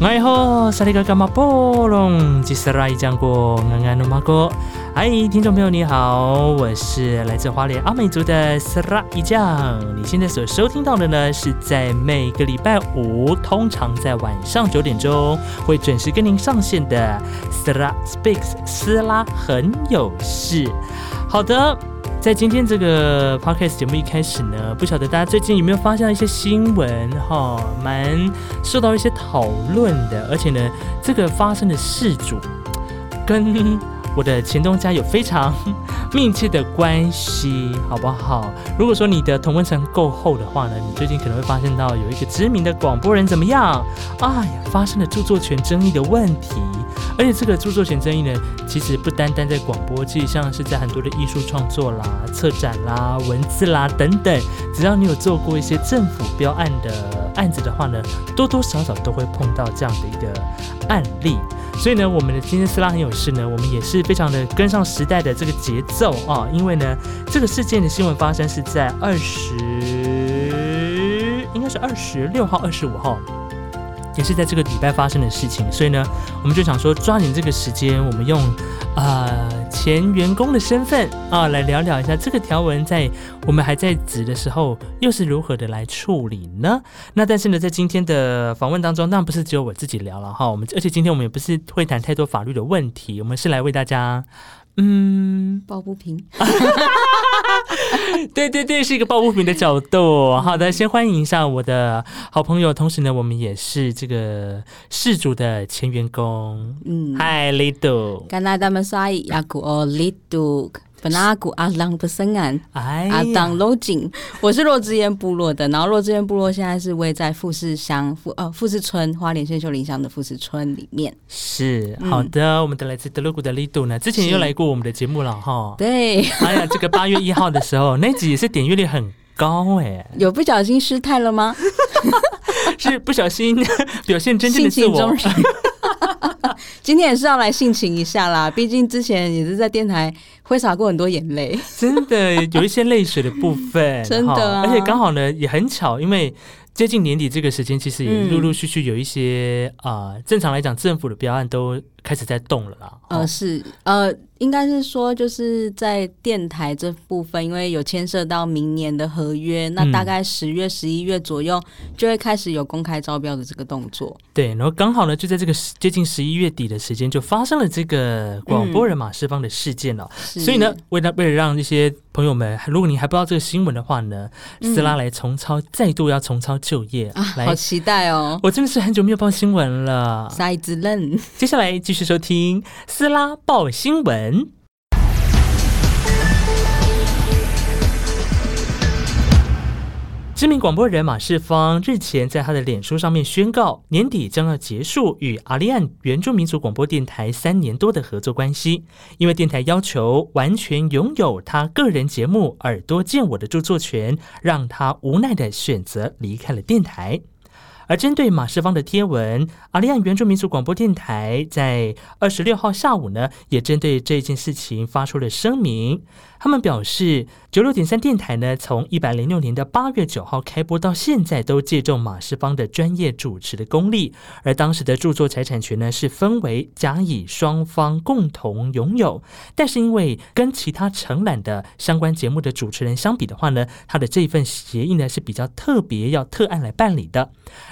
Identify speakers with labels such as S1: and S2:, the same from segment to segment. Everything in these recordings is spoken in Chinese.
S1: Ngai ho, sarigagama polong, jisrai jango, ngangan no mako。嗨，听众朋友你好，我是来自花莲阿美族的 Sara 一酱。你现在所收听到的呢，是在每个礼拜五，通常在晚上九点钟会准时跟您上线的 Sara Speaks 斯拉很有事。好的。在今天这个 podcast 节目一开始呢，不晓得大家最近有没有发现一些新闻哈，蛮受到一些讨论的，而且呢，这个发生的事主跟我的前东家有非常 密切的关系，好不好？如果说你的同温层够厚的话呢，你最近可能会发现到有一个知名的广播人怎么样？哎呀，发生了著作权争议的问题，而且这个著作权争议呢，其实不单单在广播界，像是在很多的艺术创作啦、策展啦、文字啦等等，只要你有做过一些政府标案的案子的话呢，多多少少都会碰到这样的一个案例。所以呢，我们的今天斯拉很有事呢，我们也是非常的跟上时代的这个节奏啊、因为呢，这个事件的新闻发生是在二十，应该是二十六号、二十五号。也是在这个礼拜发生的事情，所以呢，我们就想说抓紧这个时间，我们用呃前员工的身份啊、来聊聊一下这个条文在我们还在职的时候又是如何的来处理呢？那但是呢，在今天的访问当中，当然不是只有我自己聊了哈，我们而且今天我们也不是会谈太多法律的问题，我们是来为大家，嗯，
S2: 抱不平。
S1: 对对对，是一个抱不平的角度。好的，先欢迎一下我的好朋友，同时呢，我们也是这个事主的前员工。
S2: 嗯，
S1: 嗨，Lido，
S2: Kanada Masai aku oliduk. Pernah aku alang pesengan.
S1: 哎呀
S2: 啊阿当 l o g i n 我是洛之岩部落的，然后洛之岩部落现在是位在富士乡富呃富士村花莲县秀林乡的富士村里面。
S1: 是
S2: 嗯
S1: 好的，我们的来自德鲁古的 Lido 呢，之前也有来过我们的节目了哈。
S2: 对，
S1: 哎呀，这个八月一号的时候，那集也是点阅率很高 哎，
S2: 有不小心失态了吗？
S1: 是不小心 表现真正的
S2: 性
S1: 自
S2: 情中
S1: 我。
S2: 人。 今天也是要来性情一下啦，毕竟之前也是在电台挥洒过很多眼泪。
S1: 真的有一些泪水的部分，
S2: 真的啊
S1: 哈而且刚好呢也很巧，因为接近年底这个时间，其实也
S2: 嗯
S1: 陆陆续续有一些啊、呃正常来讲政府的标案都开始在动了啦。
S2: 呃，
S1: 哦
S2: 是呃，应该是说就是在电台这部分，因为有牵涉到明年的合约，那
S1: 嗯
S2: 大概十月、十一月左右就会开始有公开招标的这个动作。
S1: 对，然后刚好呢就在这个时接近十一月底的时间，就发生了这个广播人马释放的事件了。
S2: 嗯是
S1: 所以呢，，为了为了让一些朋友们，如果你还不知道这个新闻的话呢，
S2: 嗯啊
S1: 斯拉来重操再度要重操旧业，来
S2: 好，期待哦，
S1: 我真的是很久没有报新闻了。
S2: 塞子任。
S1: 接下来继续收听斯拉报新闻。知名广播人马世芳日前在他的脸书上面宣告，年底将要结束与阿利安原住民族广播电台三年多的合作关系，因为电台要求完全拥有他个人节目《耳朵见我》的著作权，让他无奈的选择离开了电台。而针对马世芳的贴文，阿利安原住民族广播电台在二十六号下午呢，也针对这件事情发出了声明。他们表示，九六点三电台呢，从一百零六年的八月九号开播到现在，都借重马世芳的专业主持的功力，而当时的著作财产权呢，是分为甲乙双方共同拥有。但是因为跟其他承揽的相关节目的主持人相比的话呢，他的这一份协议呢是比较特别，要特案来办理的。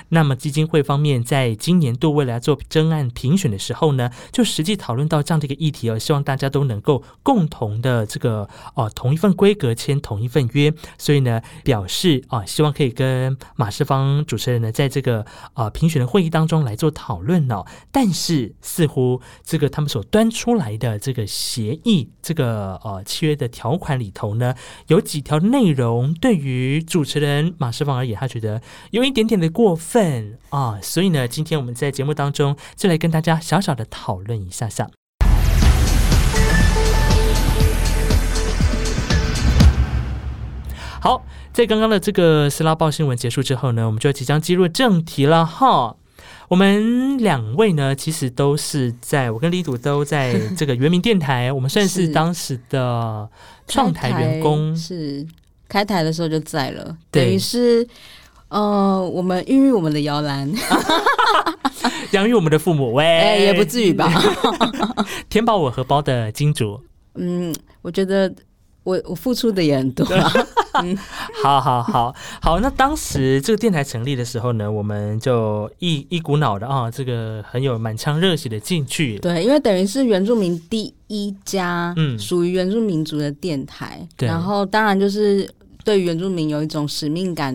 S1: 那么基金会方面，在今年度未来做征案评选的时候呢，就实际讨论到这样的一个议题哦，希望大家都能够共同的这个哦、呃同一份规格签同一份约，所以呢表示啊、希望可以跟马世芳主持人呢在这个啊、呃评选的会议当中来做讨论哦。但是似乎这个他们所端出来的这个协议，这个呃契约的条款里头呢，有几条内容对于主持人马世芳而言，他觉得有一点点的过分啊，所以呢，今天我们在节目当中就来跟大家小小的讨论一下下。好，在刚刚的这个斯拉报新闻结束之后呢，我们就即将进入正题了哈。我们两位呢，其实都是在我跟李赌都在这个原民电台，我们算是
S2: 是
S1: 当时的 创台员
S2: 开
S1: 工
S2: 台，是开台的时候就在了，
S1: 对
S2: 等于是呃，我们孕育我们的摇篮，
S1: 养育我们的父母，喂，
S2: 哎、也不至于吧？
S1: 填饱我荷包的金主。
S2: 嗯，我觉得我我付出的也很多、啊，
S1: 好好好好，那当时这个电台成立的时候呢，我们就一一股脑的啊，这个很有满腔热血的进去。
S2: 对，因为等于是原住民第一家
S1: 嗯
S2: 属于原住民族的电台，
S1: 对
S2: 然后当然就是对原住民有一种使命感，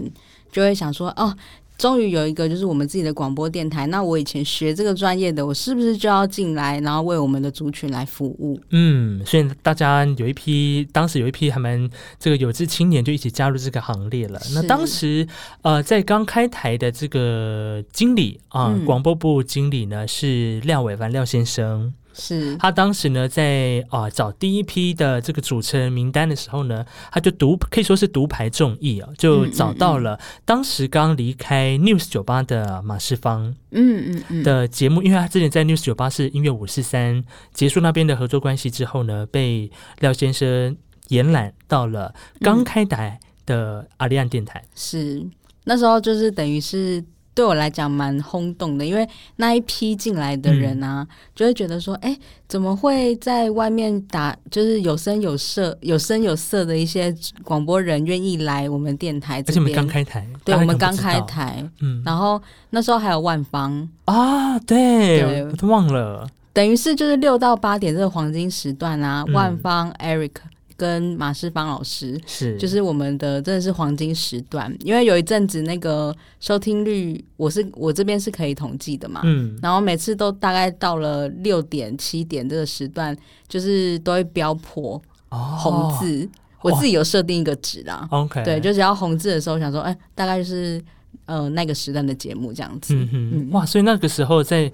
S2: 就会想说哦。终于有一个就是我们自己的广播电台，那我以前学这个专业的，我是不是就要进来，然后为我们的族群来服务？
S1: 嗯，所以大家有一批，当时有一批还蛮这个有志青年就一起加入这个行列了。那
S2: 是
S1: 当时呃，在刚开台的这个经理啊，
S2: 嗯
S1: 广播部经理呢是廖伟凡廖先生，
S2: 是
S1: 他当时呢在啊、找第一批的这个主持人名单的时候呢，他就独可以说是独排众议啊，就
S2: 嗯嗯
S1: 找到了当时刚离开 News 酒吧的马世芳
S2: 嗯嗯嗯，
S1: 的节目，因为他之前在 News 酒吧是音乐五四三结束那边的合作关系之后呢，被廖先生延揽到了
S2: 嗯
S1: 刚开台的阿里安电台。
S2: 是那时候就是等于是对我来讲蛮轰动的，因为那一批进来的人
S1: 嗯
S2: 啊，就会觉得说，哎、怎么会在外面打，就是有声有色、有声有色的一些广播人愿意来我们电台
S1: 而且
S2: 这
S1: 我们
S2: 边？
S1: 刚开台，大家
S2: 对，我
S1: 可
S2: 们
S1: 能
S2: 刚
S1: 不知
S2: 开
S1: 道，
S2: 台，
S1: 嗯
S2: 然后那时候还有万方，
S1: 啊，对，
S2: 对
S1: 我都忘了，
S2: 等于是就是六到八点这个黄金时段啊，
S1: 嗯
S2: 万方、Eric 跟马世芳老师，
S1: 是
S2: 就是我们的真的是黄金时段，因为有一阵子那个收听率，我是我这边是可以统计的嘛，
S1: 嗯
S2: 然后每次都大概到了六点七点这个时段，就是都会标破
S1: 哦
S2: 红字，我自己有设定一个值啦，
S1: ，OK，
S2: 对，就只要红字的时候，想说，哎、大概就是呃那个时段的节目这样子，
S1: 嗯哼，哇，所以那个时候在。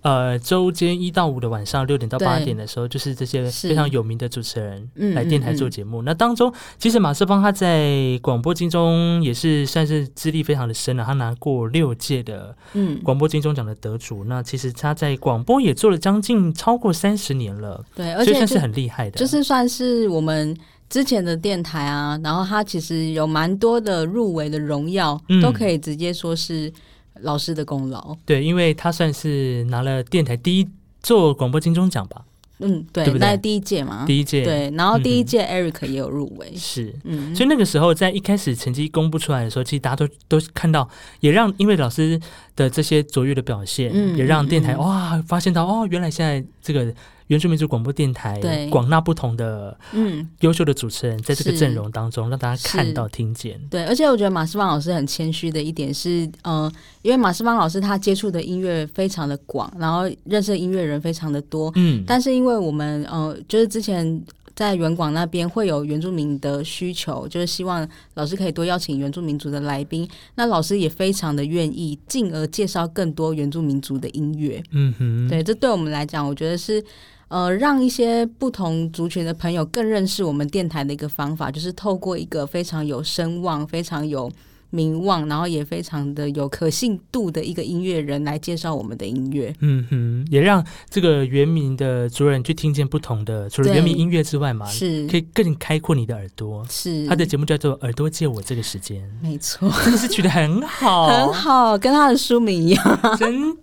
S1: 呃，周间一到五的晚上六点到八
S2: 对
S1: 点的时候，就是这些
S2: 是
S1: 非常有名的主持人
S2: 嗯
S1: 来电台做
S2: 嗯嗯
S1: 节目。那当中，其实马世芳他在广播金钟也是算是资历非常的深啊了、他拿过六届的
S2: 嗯，
S1: 广播金钟奖的得主。那其实他在广播也做了将近超过三十年了，
S2: 对，而
S1: 所以
S2: 且
S1: 算是
S2: 就
S1: 很厉害的。
S2: 就是算是我们。之前的电台啊，然后它其实有蛮多的入围的荣耀，
S1: 嗯
S2: 都可以直接说是老师的功劳。
S1: 对，因为他算是拿了电台第一做广播金钟奖吧，
S2: 嗯，对，
S1: 对不对
S2: 那是第一届嘛，
S1: 第一届
S2: 啊对，然后第
S1: 嗯
S2: 一
S1: 哼
S2: 届 Eric 也有入围，
S1: 是。
S2: 嗯，
S1: 所以那个时候，在一开始成绩公布出来的时候，其实大家都都看到，也让因为老师的这些卓越的表现，
S2: 嗯
S1: 也让电台、
S2: 嗯嗯
S1: 哇发现到哦，原来现在这个原住民族广播电台
S2: 对
S1: 广纳不同的
S2: 嗯，
S1: 优秀的主持人，在这个
S2: 是
S1: 阵容当中，让大家看
S2: 是
S1: 到、听见。
S2: 对，而且我觉得马世芳老师很谦虚的一点是，呃，因为马世芳老师他接触的音乐非常的广，然后认识的音乐人非常的多，
S1: 嗯，
S2: 但是因为我们呃，就是之前。在原广那边会有原住民的需求，就是希望老师可以多邀请原住民族的来宾。那老师也非常的愿意，进而介绍更多原住民族的音乐。
S1: 嗯哼，
S2: 对，这对我们来讲，我觉得是呃，让一些不同族群的朋友更认识我们电台的一个方法，就是透过一个非常有声望、非常有名望，然后也非常的有可信度的一个音乐人来介绍我们的音乐。
S1: 嗯哼，也让这个原民的族人去听见不同的，除了
S2: 对
S1: 原民音乐之外嘛，
S2: 是
S1: 可以更开阔你的耳朵。
S2: 是，
S1: 他的节目叫做《耳朵借我这个时间
S2: 没错，》，
S1: 真的是取得很好，
S2: 很好，跟他的书名一样，
S1: 真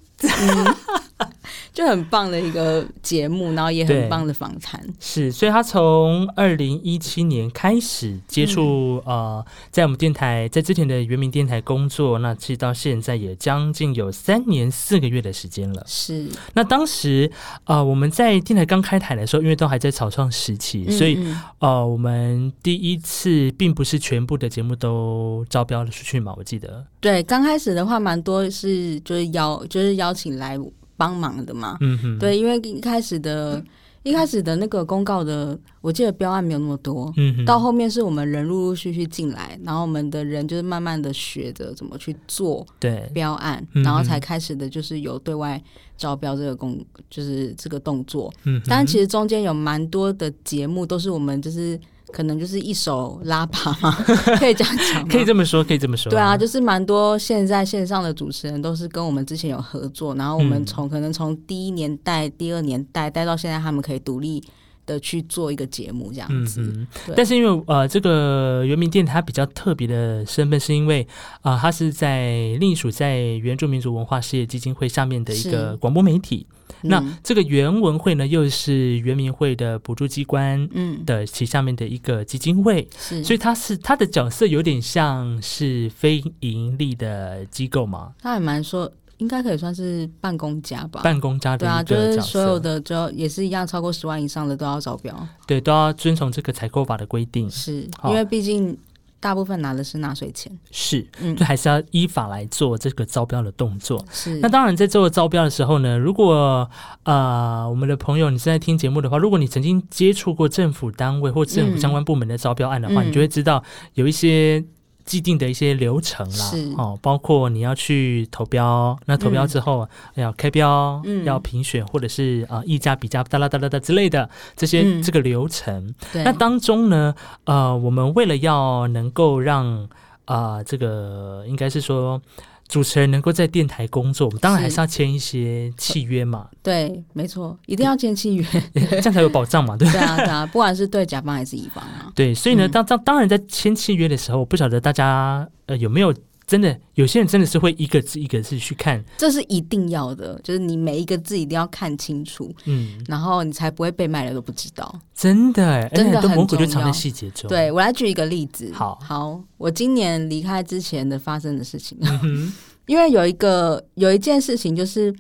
S2: 就很棒的一个节目，然后也
S1: 对
S2: 很棒的访谈。
S1: 是，所以他从二零一七年开始接触、
S2: 嗯
S1: 呃，在我们电台，在之前的原名电台工作，那其实到现在也将近有三年四个月的时间了。
S2: 是，
S1: 那当时呃，我们在电台刚开台的时候，因为都还在草创时期，所以
S2: 嗯嗯
S1: 呃，我们第一次并不是全部的节目都招标了出去嘛，我记得，
S2: 对刚开始的话，蛮多是就是邀就是邀请来帮忙的嘛。
S1: 嗯哼，，
S2: 对，因为一开始的、一开始的那个公告的，我记得标案没有那么多。
S1: 嗯哼，
S2: 到后面是我们人陆陆续续进来，然后我们的人就是慢慢的学着怎么去做
S1: 对，
S2: 标案，
S1: 嗯哼
S2: 然后才开始的就是有对外招标这个工，就是这个动作。
S1: 嗯哼，
S2: 但其实中间有蛮多的节目都是我们就是可能就是一手拉拔 嘛，可以这样讲吗？
S1: 可以这么说，可以这么说，
S2: 对啊，，就是蛮多现在线上的主持人都是跟我们之前有合作，然后我们
S1: 嗯
S2: 从、可能从第一年代、第二年代带到现在，他们可以独立的去做一个节目这样
S1: 嗯
S2: 子。
S1: 嗯
S2: 对，
S1: 但是因为呃，这个原民店它比较特别的身份，是因为啊、呃它是在隶属在原住民族文化事业基金会下面的一个
S2: 是
S1: 广播媒体。那
S2: 嗯
S1: 这个原文会呢，又是原民会的补助机关
S2: 嗯
S1: 的旗下面的一个基金会，
S2: 是，
S1: 所以它是它的角色有点像是非盈利的机构嘛，
S2: 他还蛮说，应该可以算是办公家吧。
S1: 办公家的
S2: 对啊，
S1: 一
S2: 就
S1: 个
S2: 是
S1: 角
S2: 所有
S1: 色，
S2: 的就也是一样，超过十万以上的都要招标，
S1: 对，都要遵从这个采购法的规定。
S2: 是
S1: 好
S2: 因为毕竟大部分拿的是纳税钱，
S1: 是，
S2: 嗯
S1: 就还是要依法来做这个招标的动作。
S2: 是
S1: 那当然，在做招标的时候呢，如果呃我们的朋友你正在听节目的话，如果你曾经接触过政府单位或政府相关部门的招标案的话，
S2: 嗯
S1: 你就会知道有一些。既定的一些流程啦
S2: 是，
S1: 哦，包括你要去投标，那投标之后要开标，
S2: 嗯
S1: 要评选或者是啊、呃议价、比价、哒啦哒啦哒之类的这些、
S2: 嗯
S1: 这个流程，
S2: 对
S1: 那当中呢，呃，我们为了要能够让啊、呃这个应该是说主持人能够在电台工作，我们当然
S2: 是
S1: 还是要签一些契约 嘛，
S2: 对，没错，一定要签 契约，
S1: 这样才有保障嘛，对不对。
S2: 对啊对啊，不管是对甲方还是乙方啊，
S1: 对，所以呢，
S2: 嗯
S1: 当当当然在签契约的时候，我不晓得大家呃有没有真的有些人真的是会一个字一个字去看，
S2: 这是一定要的，就是你每一个字一定要看清楚，
S1: 嗯，
S2: 然后你才不会被卖了都不知道。
S1: 真的欸，而且
S2: 真的
S1: 很多
S2: 很
S1: 魔鬼就
S2: 重
S1: 藏在
S2: 要
S1: 细节中，
S2: 对我来举一个例子，
S1: 好
S2: 好，我今年离开之前的发生的事情，
S1: 嗯哼，
S2: 因为有一个有一件事情就是，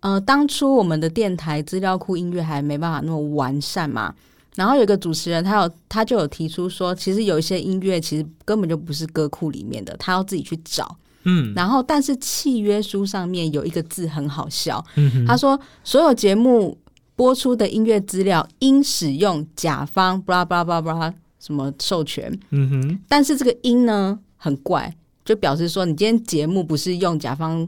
S2: 呃，当初我们的电台资料库音乐还没办法那么完善嘛，然后有一个主持人，他有他就有提出说，其实有一些音乐其实根本就不是歌库里面的，他要自己去找。
S1: 嗯
S2: 然后，但是契约书上面有一个字很好笑，
S1: 嗯哼，
S2: 他说所有节目播出的音乐资料应使用甲方 blah blah blah blah 什么授权，
S1: 嗯哼，
S2: 但是这个音呢很怪，就表示说你今天节目不是用甲方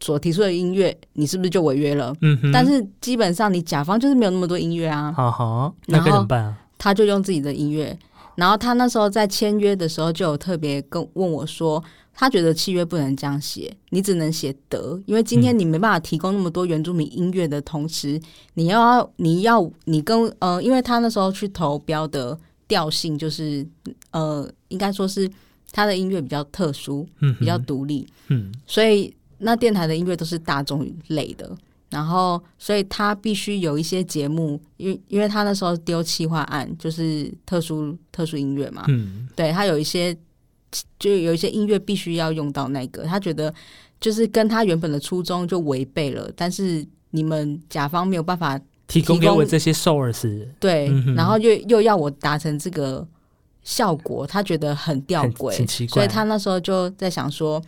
S2: 所提出的音乐，你是不是就违约了？
S1: 嗯哼，
S2: 但是基本上你甲方就是没有那么多音乐啊，
S1: 好好，那该
S2: 然
S1: 怎
S2: 后
S1: 么办啊？
S2: 他就用自己的音乐。然后他那时候在签约的时候就有特别跟问我说，他觉得契约不能这样写，你只能写得，因为今天你没办法提供那么多原住民音乐的同时，你要你要你跟呃，因为他那时候去投标的调性就是呃，应该说是他的音乐比较特殊，
S1: 嗯哼，
S2: 比较独立，
S1: 嗯
S2: 所以那电台的音乐都是大众类的。然后，所以他必须有一些节目，因为因为他那时候丢企划案，就是特殊特殊音乐嘛，
S1: 嗯
S2: 对他有一些就有一些音乐必须要用到那个，他觉得就是跟他原本的初衷就违背了，但是你们甲方没有办法
S1: 提供
S2: 提
S1: 给我
S2: 供
S1: 这些 source
S2: 对，
S1: 嗯哼
S2: 然后又又要我达成这个效果，他觉得很吊
S1: 很
S2: 诡
S1: 很，奇怪，
S2: 所以他那时候就在想说，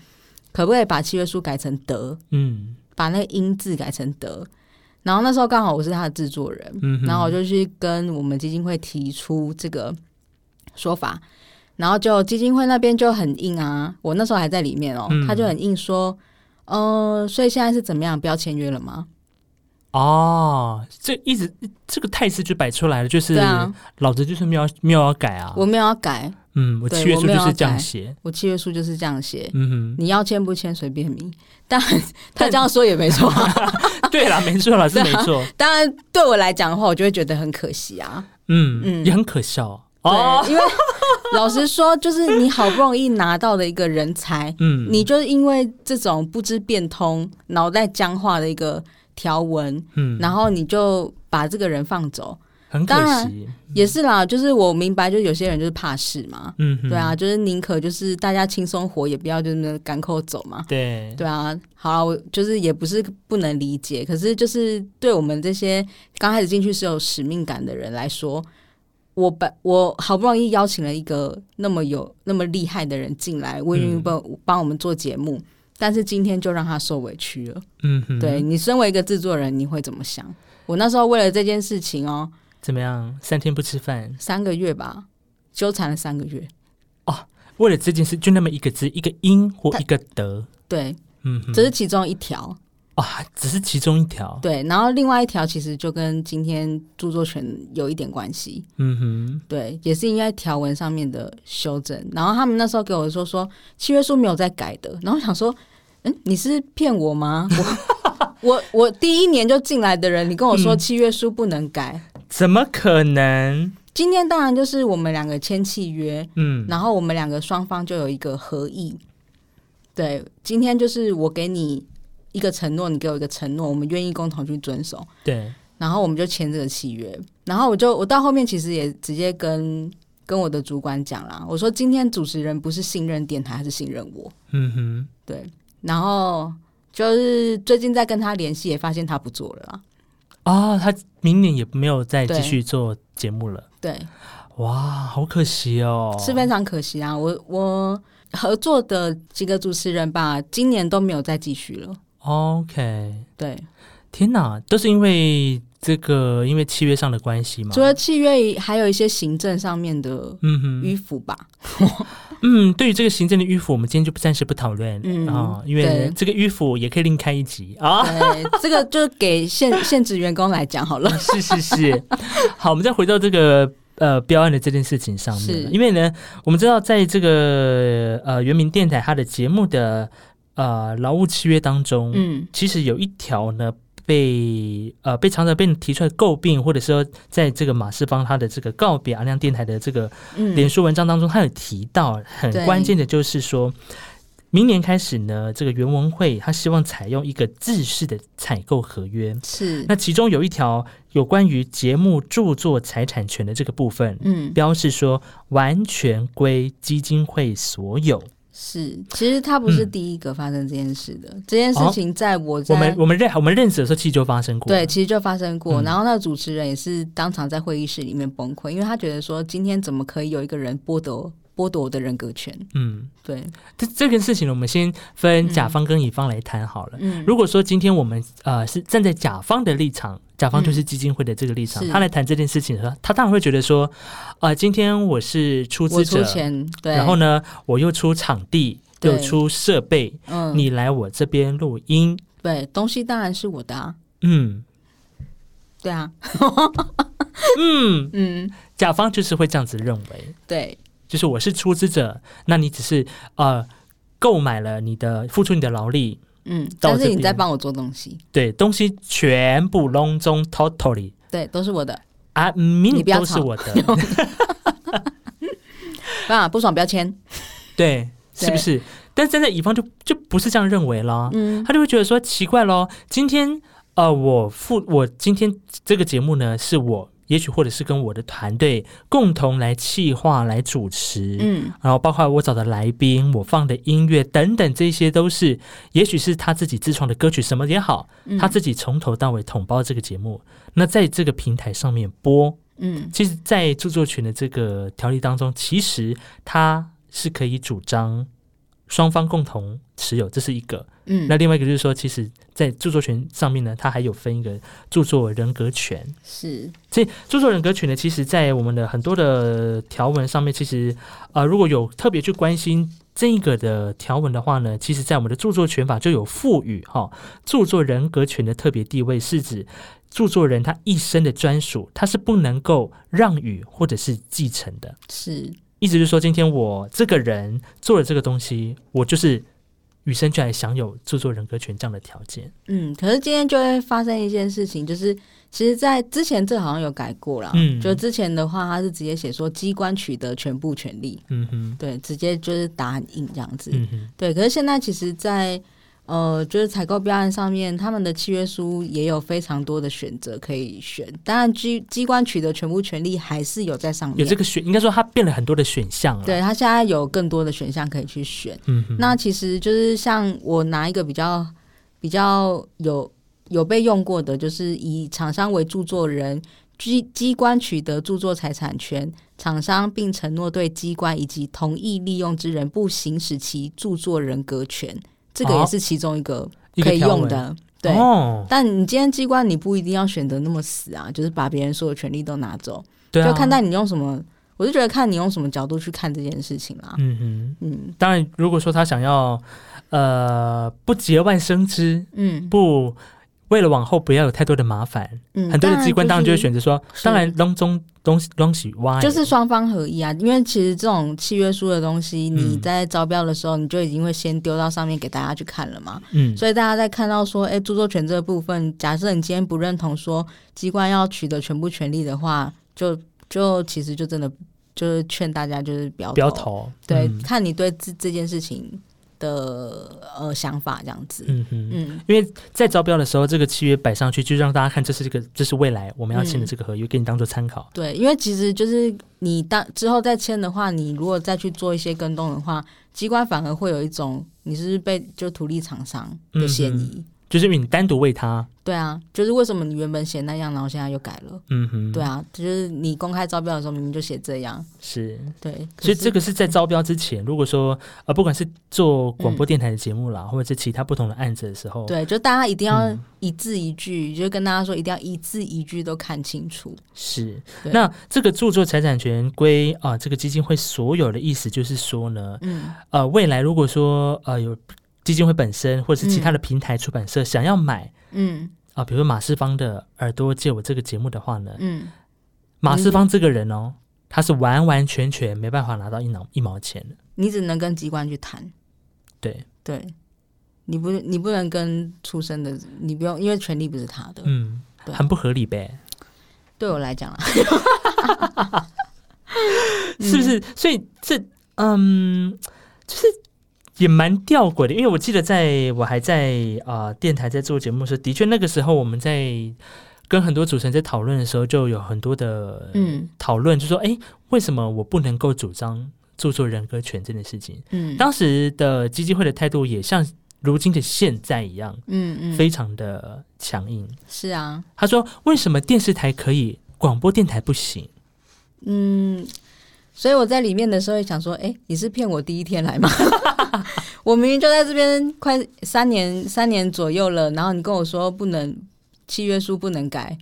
S2: 可不可以把契约书改成德，
S1: 嗯
S2: 把那个音字改成德。然后那时候刚好我是他的制作人，
S1: 嗯哼，
S2: 然后我就去跟我们基金会提出这个说法，然后就基金会那边就很硬啊，我那时候还在里面哦，
S1: 嗯
S2: 他就很硬说，呃，所以现在是怎么样，不要签约了吗？
S1: 哦，这一直这个态势就摆出来了，就是
S2: 对啊，
S1: 老子就是没有没有要改啊，
S2: 我没有要改，
S1: 嗯，我
S2: 对
S1: 七月
S2: 我
S1: 初
S2: 没
S1: 就
S2: 有
S1: 是
S2: 要
S1: 这样
S2: 改
S1: 写，
S2: 我契约书就是这样写，
S1: 嗯
S2: 你要签不签随便你。 但他
S1: 但
S2: 这样说也没错、啊，
S1: 哼，对啦，没 错啦，是没错，
S2: 当然对我来讲的话，我就会觉得很可惜啊。
S1: 嗯，
S2: 嗯
S1: 也很可笑哦，
S2: 对，因为老实说，就是你好不容易拿到的一个人才，
S1: 嗯，
S2: 你就是因为这种不知变通、脑袋僵化的一个条文，
S1: 嗯，
S2: 然后你就把这个人放走，
S1: 很可
S2: 当然
S1: 惜，
S2: 也是啦。就是我明白，就是有些人就是怕事嘛，
S1: 嗯哼，
S2: 对啊，就是宁可就是大家轻松活，也不要就是那赶口走嘛。
S1: 对，
S2: 对啊，好啊我就是也不是不能理解，可是就是对我们这些刚开始进去是有使命感的人来说，我本我好不容易邀请了一个那么有那么厉害的人进来，为
S1: 嗯
S2: 帮帮我们做节目，但是今天就让他受委屈了。
S1: 嗯哼，
S2: 对，你身为一个制作人，你会怎么想？我那时候为了这件事情哦，
S1: 怎么样？三天不吃饭，
S2: 三个月吧，纠缠了三个月。
S1: 为了这件事，就那么一个字，一个音或
S2: 他
S1: 一个德，
S2: 对，
S1: 嗯哼，
S2: 这是其中一条。
S1: 啊，只是其中一条，
S2: 对，然后另外一条其实就跟今天著作权有一点关系。
S1: 嗯哼，
S2: 对，也是应该条文上面的修正。然后他们那时候给我说说契约书没有在改的，然后我想说，嗯，你是骗我吗？我我我第一年就进来的人，你跟我说
S1: 嗯
S2: 契约书不能改，
S1: 怎么可能？
S2: 今天当然就是我们两个签契约，
S1: 嗯，
S2: 然后我们两个双方就有一个合意。对，今天就是我给你一个承诺，你给我一个承诺，我们愿意共同去遵守，
S1: 对，
S2: 然后我们就签这个契约。然后我就我到后面其实也直接跟跟我的主管讲啦，我说今天主持人不是信任电台，他是信任我。
S1: 嗯哼，
S2: 对，然后就是最近在跟他联系，也发现他不做了啦。
S1: 啊，他明年也没有再
S2: 对
S1: 继续做节目了，
S2: 对，
S1: 哇，好可惜哦，
S2: 是非常可惜啊！我我合作的几个主持人吧，今年都没有再继续了。
S1: ？OK，
S2: 对，
S1: 天哪，都是因为这个，因为契约上的关系嘛
S2: 除。了契约，还有一些行政上面的
S1: 嗯哼，
S2: 迂腐吧。
S1: 嗯，对于这个行政的迂腐，我们今天就不暂时不讨论，
S2: 嗯
S1: 啊，因为
S2: 对
S1: 这个迂腐也可以另开一集 啊。
S2: 对，这个就给现现职员工来讲好了。
S1: 是是是，好，我们再回到这个呃标案的这件事情上
S2: 是
S1: 面，因为呢，我们知道在这个呃原民电台它的节目的呃劳务契约当中，
S2: 嗯，
S1: 其实有一条呢。被呃被常常被提出来诟病，或者说在这个马世芳他的这个告别阿亮电台的这个脸
S2: 嗯，
S1: 书文章当中，他有提到很
S2: 对
S1: 关键的就是说，明年开始呢，这个原文会他希望采用一个自式的采购合约，
S2: 嗯是，
S1: 那其中有一条有关于节目著作财产权的这个部分，
S2: 嗯，
S1: 标示说完全归基金会所有。
S2: 是。其实他不是
S1: 嗯
S2: 第一个发生这件事的，这件事
S1: 哦
S2: 情在我在
S1: 我们我们认我们认识的时候，其实就发生过。
S2: 对，，其实就发生
S1: 嗯
S2: 过。然后那个主持人也是当场在会议室里面崩溃，因为他觉得说今天怎么可以有一个人剥夺剥夺我的人格权？
S1: 嗯，
S2: 对，
S1: 这这件事情呢，我们先分甲方跟乙方来谈好了。
S2: 嗯，
S1: 如果说今天我们呃是站在甲方的立场，甲方就是基金会的这个立场，
S2: 嗯是
S1: 他来谈这件事情的时候，他当然会觉得说，啊、今天我是出
S2: 我
S1: 资
S2: 出
S1: 者，
S2: 钱，对，
S1: 然后呢，我又出场地，又
S2: 对
S1: 出设备，
S2: 嗯，
S1: 你来我这边录音，
S2: 对东西当然是我的啊，
S1: 嗯。
S2: 对啊，
S1: 嗯，
S2: 嗯，
S1: 甲方就是会这样子认为，
S2: 对，
S1: 就是我是出资者，那你只是呃购买了你的付出你的劳力，
S2: 嗯，
S1: 到
S2: 但
S1: 这
S2: 是你在
S1: 边
S2: 帮我做东西，
S1: 对东西全部笼中 totally
S2: 对，都是我的，
S1: 啊，明
S2: 你不要
S1: 都是
S2: 吵
S1: 我的，
S2: 爸啊不爽不要签，
S1: 对，是不是？但站在乙方就就不是这样认为啦，
S2: 嗯
S1: 他就会觉得说奇怪咯，今天呃我付我今天这个节目呢是我。也许或者是跟我的团队共同来企划、来主持，
S2: 嗯，
S1: 然后包括我找的来宾、我放的音乐等等，这些都是，也许是他自己自创的歌曲，什么也好，
S2: 嗯
S1: 他自己从头到尾统包这个节目。那在这个平台上面播，
S2: 嗯
S1: 其实，在著作权的这个条例当中，其实他是可以主张双方共同持有，这是一个。那
S2: 嗯，
S1: 另外一个就是说，其实，在著作权上面呢，它还有分一个著作人格权。
S2: 是，
S1: 所以著作人格权呢，其实在我们的很多的条文上面，其实呃，如果有特别去关心这一个的条文的话呢，其实在我们的著作权法就有赋予哈、著作人格权的特别地位，是指著作人他一生的专属，他是不能够让与或者是继承的。
S2: 是，
S1: 意思就是说，今天我这个人做了这个东西，我就是与生俱来享有著作人格权这样的条件。
S2: 嗯，可是今天就会发生一件事情，就是其实，在之前这好像有改过啦，
S1: 嗯
S2: 就之前的话，它是直接写说机关取得全部权利，
S1: 嗯哼，
S2: 对，直接就是打很硬这样子，
S1: 嗯哼，
S2: 对。可是现在其实在，呃，就是采购标案上面，他们的契约书也有非常多的选择可以选，当然机机关取得全部权利还是有在上面，
S1: 有这个选，应该说它变了很多的选项了。
S2: 对，它现在有更多的选项可以去选。
S1: 嗯哼，
S2: 那其实就是像我拿一个比较比较有有被用过的，就是以厂商为著作人，机机关取得著作财产权，厂商并承诺对机关以及同意利用之人不行使其著作人格权，这个
S1: 哦
S2: 也是其中一个
S1: 一个
S2: 可以
S1: 条
S2: 用
S1: 文
S2: 的。对，
S1: 哦，
S2: 但你今天机关你不一定要选择那么死啊，就是把别人所有权利都拿走，
S1: 对啊，
S2: 就看待你用什么，我就觉得看你用什么角度去看这件事情啦。
S1: 嗯哼。
S2: 嗯
S1: 当然，如果说他想要呃不节外生枝，
S2: 嗯
S1: 不为了往后不要有太多的麻烦，
S2: 嗯，
S1: 很多的机关当然就会
S2: 是
S1: 选择说，
S2: 是
S1: 当然隆中东东西歪，
S2: 就是双方合意啊，因为其实这种契约书的东西，
S1: 嗯
S2: 你在招标的时候，你就已经会先丢到上面给大家去看了嘛。
S1: 嗯
S2: 所以大家在看到说，哎、著作权这部分，假设你今天不认同说机关要取得全部权利的话，就就其实就真的就是劝大家就是不要
S1: 不要投，
S2: 对，
S1: 嗯
S2: 看你对这这件事情的呃想法这样子。
S1: 嗯哼。
S2: 嗯
S1: 因为在招标的时候，这个契约摆上去，就让大家看这是这个，这是未来我们要
S2: 嗯
S1: 签的这个合约，给你当做参考。
S2: 对，因为其实就是你当之后再签的话，你如果再去做一些跟动的话，机关反而会有一种你是不是被就土地厂商的嫌疑。
S1: 就是因为你单独为他，
S2: 对啊，就是为什么你原本写那样，然后现在又改了？
S1: 嗯哼，
S2: 对，啊，就是你公开招标的时候明明就写这样，
S1: 是。
S2: 对。
S1: 所以
S2: 可是
S1: 这个是在招标之前，如果说呃，不管是做广播电台的节目啦，或者是其他不同的案子的时候，，
S2: 嗯对，就大家一定要
S1: 嗯
S2: 一字一句，就跟大家说一定要一字一句都看清楚。
S1: 是。
S2: 对
S1: 那这个著作财产权归啊、这个基金会所有的意思就是说呢，
S2: 嗯，
S1: 呃，未来如果说呃有基金会本身或者是其他的平台出版社想要买
S2: 嗯
S1: 啊、比如说马世芳的耳朵借我这个节目的话呢，
S2: 嗯，
S1: 马世芳这个人哦，他是完完全全没办法拿到一毛一毛钱的，
S2: 你只能跟机关去谈，
S1: 对，
S2: 对，你不你不能跟出生的，你不用，因为权利不是他的。
S1: 嗯，
S2: 对
S1: 很不合理呗。
S2: 对我来讲啊，
S1: 是不是？所以这嗯，就是也蛮吊诡的，因为我记得在我还在啊、呃电台在做节目的时候，的确那个时候我们在跟很多主持人在讨论的时候，就有很多的呃
S2: 嗯
S1: 讨论，就说哎、诶为什么我不能够主张著作人格权这件事情？
S2: 嗯，
S1: 当时的基金会的态度也像如今的现在一样，
S2: 嗯嗯，
S1: 非常的强硬。
S2: 是啊，
S1: 他说：“为什么电视台可以，广播电台不行？”
S2: 嗯，所以我在里面的时候也想说，哎、你是骗我第一天来 吗？我明明就在这边快三年三年左右了，然后你跟我说不能契约书不能改，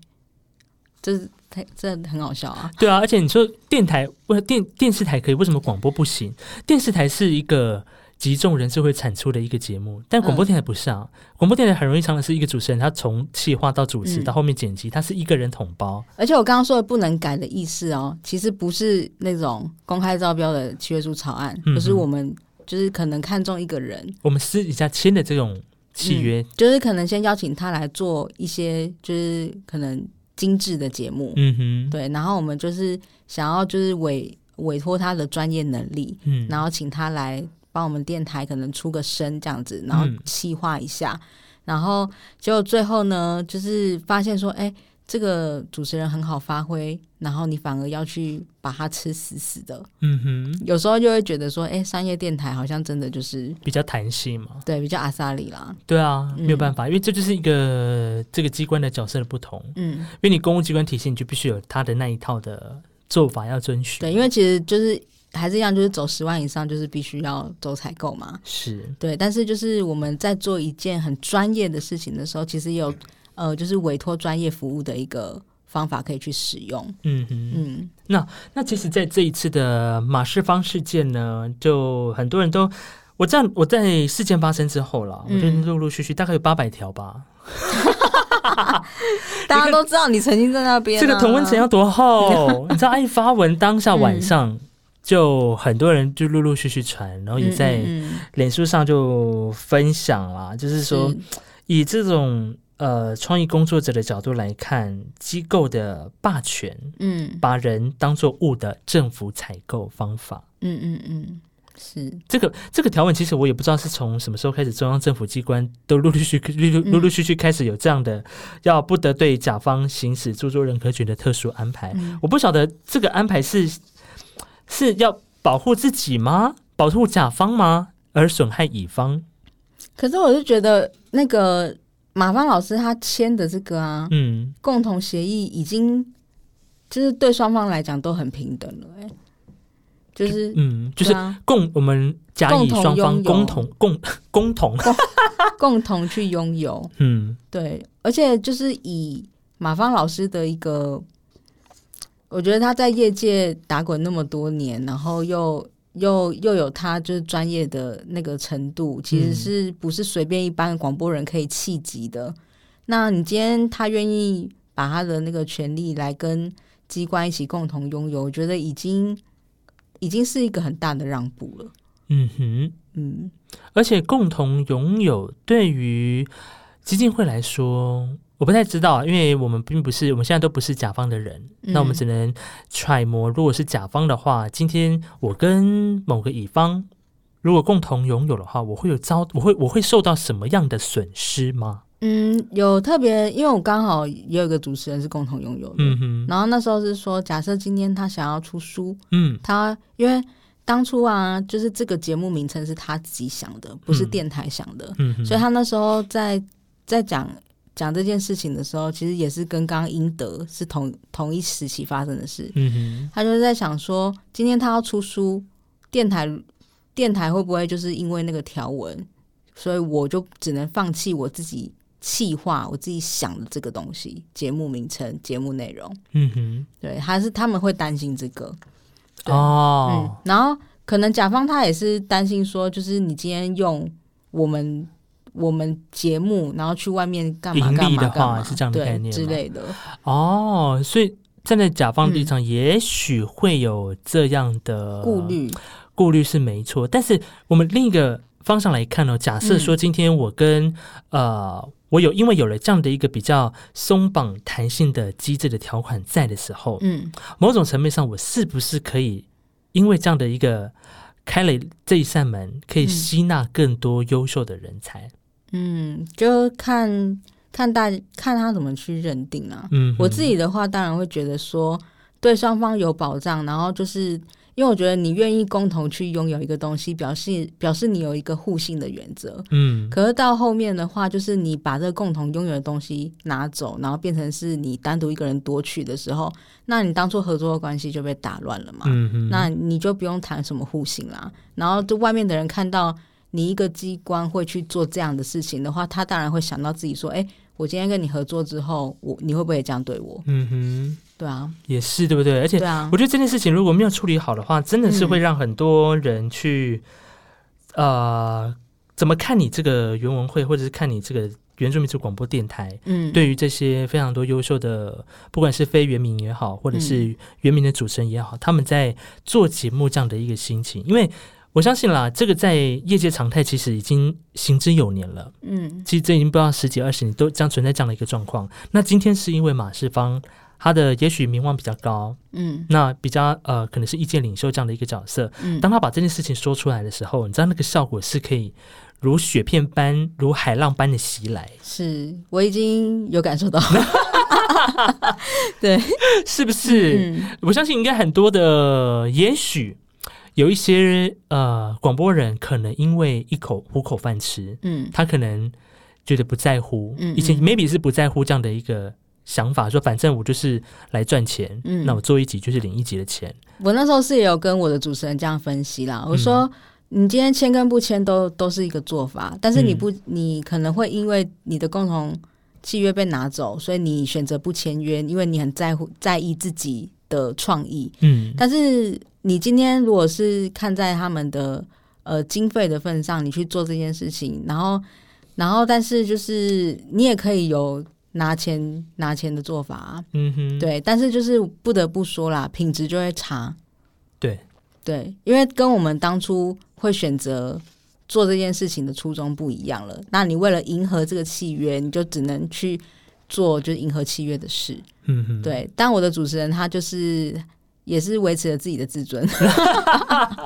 S2: 这是太这很好笑啊！
S1: 对啊，而且你说电台为电电视台可以，为什么广播不行？电视台是一个集众人智慧产出的一个节目，但广播电台不是啊。广播电台很容易常常是一个主持人，他从企划到主持
S2: 嗯
S1: 到后面剪辑，他是一个人统包。
S2: 而且我刚刚说的不能改的意思哦，其实不是那种公开招标的契约书草案，
S1: 嗯哼
S2: 就是我们就是可能看中一个人，
S1: 我们私底下签的这种契约，
S2: 就是可能先邀请他来做一些就是可能精致的节目，
S1: 嗯哼，
S2: 对，然后我们就是想要就是委委托他的专业能力，
S1: 嗯，
S2: 然后请他来帮我们电台可能出个声这样子，然后
S1: 嗯
S2: 细化一下，然后结果最后呢，就是发现说，哎，这个主持人很好发挥，然后你反而要去把他吃死死的，
S1: 嗯哼，
S2: 有时候就会觉得说，哎，商业电台好像真的就是
S1: 比较弹性嘛。
S2: 对比较阿萨里啦，
S1: 对啊，
S2: 嗯
S1: 没有办法，因为这就是一个这个机关的角色的不同。
S2: 嗯，
S1: 因为你公务机关体系，你就必须有他的那一套的做法要遵循。
S2: 对，因为其实就是还是一样，就是走十万以上就是必须要走采购嘛，
S1: 是
S2: 对，但是就是我们在做一件很专业的事情的时候，其实也有呃，就是委托专业服务的一个方法可以去使用。
S1: 嗯哼。
S2: 嗯
S1: 那其实，在这一次的马世芳事件呢，就很多人都，我这样我在事件发生之后啦，
S2: 嗯
S1: 我就陆陆续续大概有八百条吧。
S2: 大家都知道你曾经在那边啊、
S1: 这个同温层要多厚？你知道，爱发文当下晚上，就很多人就陆陆续续传，然后也在
S2: 嗯嗯嗯
S1: 脸书上就分享啦，就是说
S2: 是
S1: 以这种。呃，创意工作者的角度来看，机构的霸权
S2: 嗯
S1: 把人当作物的政府采购方法，
S2: 嗯嗯嗯，是
S1: 这个这个条文其实我也不知道是从什么时候开始，中央政府机关都陆陆续 陆陆
S2: 嗯
S1: 陆陆续续开始有这样的，要不得对甲方行使著作人格权的特殊安排。
S2: 嗯
S1: 我不晓得这个安排是是要保护自己吗？保护甲方吗？而损害乙方？
S2: 可是我是觉得那个马芳老师他签的这个啊，
S1: 嗯，
S2: 共同协议已经就是对双方来讲都很平等了、欸，就是
S1: 嗯，就是
S2: 对啊
S1: 共我们甲乙
S2: 共同
S1: 双方
S2: 拥有
S1: 共同共共同，
S2: 共同去拥有。
S1: 嗯
S2: 对，而且就是以马芳老师的一个，我觉得他在业界打滚那么多年，然后又又又有他就是专业的那个程度，其实是不是随便一般的广播人可以企及的？那你今天他愿意把他的那个权利来跟机关一起共同拥有，我觉得已经已经是一个很大的让步了。
S1: 嗯哼，
S2: 嗯，
S1: 而且共同拥有对于基金会来说，我不太知道，因为我们并不是我们现在都不是甲方的人，那我们
S2: 嗯
S1: 只能揣摩，如果是甲方的话，今天我跟某个乙方如果共同拥有的话，我会有遭，我会我会受到什么样的损失吗？
S2: 嗯，有特别，因为我刚好也有一个主持人是共同拥有的，
S1: 嗯哼，
S2: 然后那时候是说，假设今天他想要出书，
S1: 嗯
S2: 他因为当初啊，就是这个节目名称是他自己想的，不是
S1: 嗯
S2: 电台想的，
S1: 嗯哼，
S2: 所以他那时候在在讲讲这件事情的时候，其实也是跟刚刚英德是同同一时期发生的事。
S1: 嗯哼，
S2: 他就是在想说，今天他要出书，电台电台会不会就是因为那个条文，所以我就只能放弃我自己气划我自己想的这个东西，节目名称、节目内容。
S1: 嗯哼，
S2: 对，还是他们会担心这个，对嗯
S1: 哦，，
S2: 然后可能甲方他也是担心说，就是你今天用我们我们节目，然后去外面干嘛
S1: 盈利
S2: 干嘛
S1: 的
S2: 干
S1: 话
S2: 嘛，
S1: 是这样的
S2: 对
S1: 概念
S2: 之
S1: 吗
S2: 类的。
S1: 哦，所以站在甲方立
S2: 嗯
S1: 场，也许会有这样的
S2: 顾虑，
S1: 顾虑是没错，但是我们另一个方向来看呢、哦，假设
S2: 嗯
S1: 说今天我跟、呃，我有因为有了这样的一个比较松绑弹性的机制的条款在的时候，
S2: 嗯
S1: 某种层面上，我是不是可以因为这样的一个开了这一扇门，可以
S2: 嗯
S1: 吸纳更多优秀的人才？
S2: 嗯，就看看大看他怎么去认定啊。
S1: 嗯哼，
S2: 我自己的话，当然会觉得说，对双方有保障，然后就是。因为我觉得你愿意共同去拥有一个东西，表示表示你有一个互信的原则，
S1: 嗯
S2: 可是到后面的话，就是你把这个共同拥有的东西拿走，然后变成是你单独一个人夺取的时候，那你当初合作的关系就被打乱了嘛？
S1: 嗯哼，
S2: 啊那你就不用谈什么互信啦。然后就外面的人看到你一个机关会去做这样的事情的话，他当然会想到自己说：“哎、我今天跟你合作之后，我你会不会也这样对我
S1: 嗯哼，？”
S2: 对啊，
S1: 也是对不对？而且
S2: 对啊
S1: 我，觉得这件事情如果没有处理好的话，真的是会让很多人去，呃，怎么看你这个原文会，或者是看你这个原住民族广播电台，
S2: 嗯，
S1: 对于这些非常多优秀的，不管是非原名也好，或者是原名的主持人也好，他们在做节目这样的一个心情，因为我相信啦，这个在业界常态其实已经行之有年了。
S2: 嗯
S1: 其实这已经不知道十几二十年都将存在这样的一个状况。那今天是因为马世芳他的也许名望比较高，
S2: 嗯
S1: 那比较呃，可能是意见领袖这样的一个角色。
S2: 嗯，
S1: 当他把这件事情说出来的时候，你知道那个效果是可以如雪片般、如海浪般的袭 来，
S2: 是我已经有感受到了，对，
S1: 是不是？
S2: 嗯
S1: 我相信应该很多的，也许有一些呃广播人可能因为一口糊口饭吃，
S2: 嗯
S1: 他可能觉得不在乎，
S2: 嗯嗯
S1: 以前 maybe 是不在乎这样的一个。想法说，反正我就是来赚钱，
S2: 嗯
S1: 那我做一集就是领一集的钱，
S2: 我那时候是也有跟我的主持人这样分析啦，我说。你今天签跟不签都都是一个做法，但是你不，你可能会因为你的共同契约被拿走，所以你选择不签约，因为你很在乎在意自己的创意。
S1: 嗯
S2: 但是你今天如果是看在他们的呃经费的份上，你去做这件事情，然后然后但是就是你也可以有拿钱拿钱的做法啊，
S1: 嗯哼，
S2: 对，但是就是不得不说啦，品质就会差。
S1: 对
S2: 对，因为跟我们当初会选择做这件事情的初衷不一样了。那你为了迎合这个契约，你就只能去做就是迎合契约的事。
S1: 嗯哼，
S2: 对，但我的主持人他就是也是维持了自己的自尊。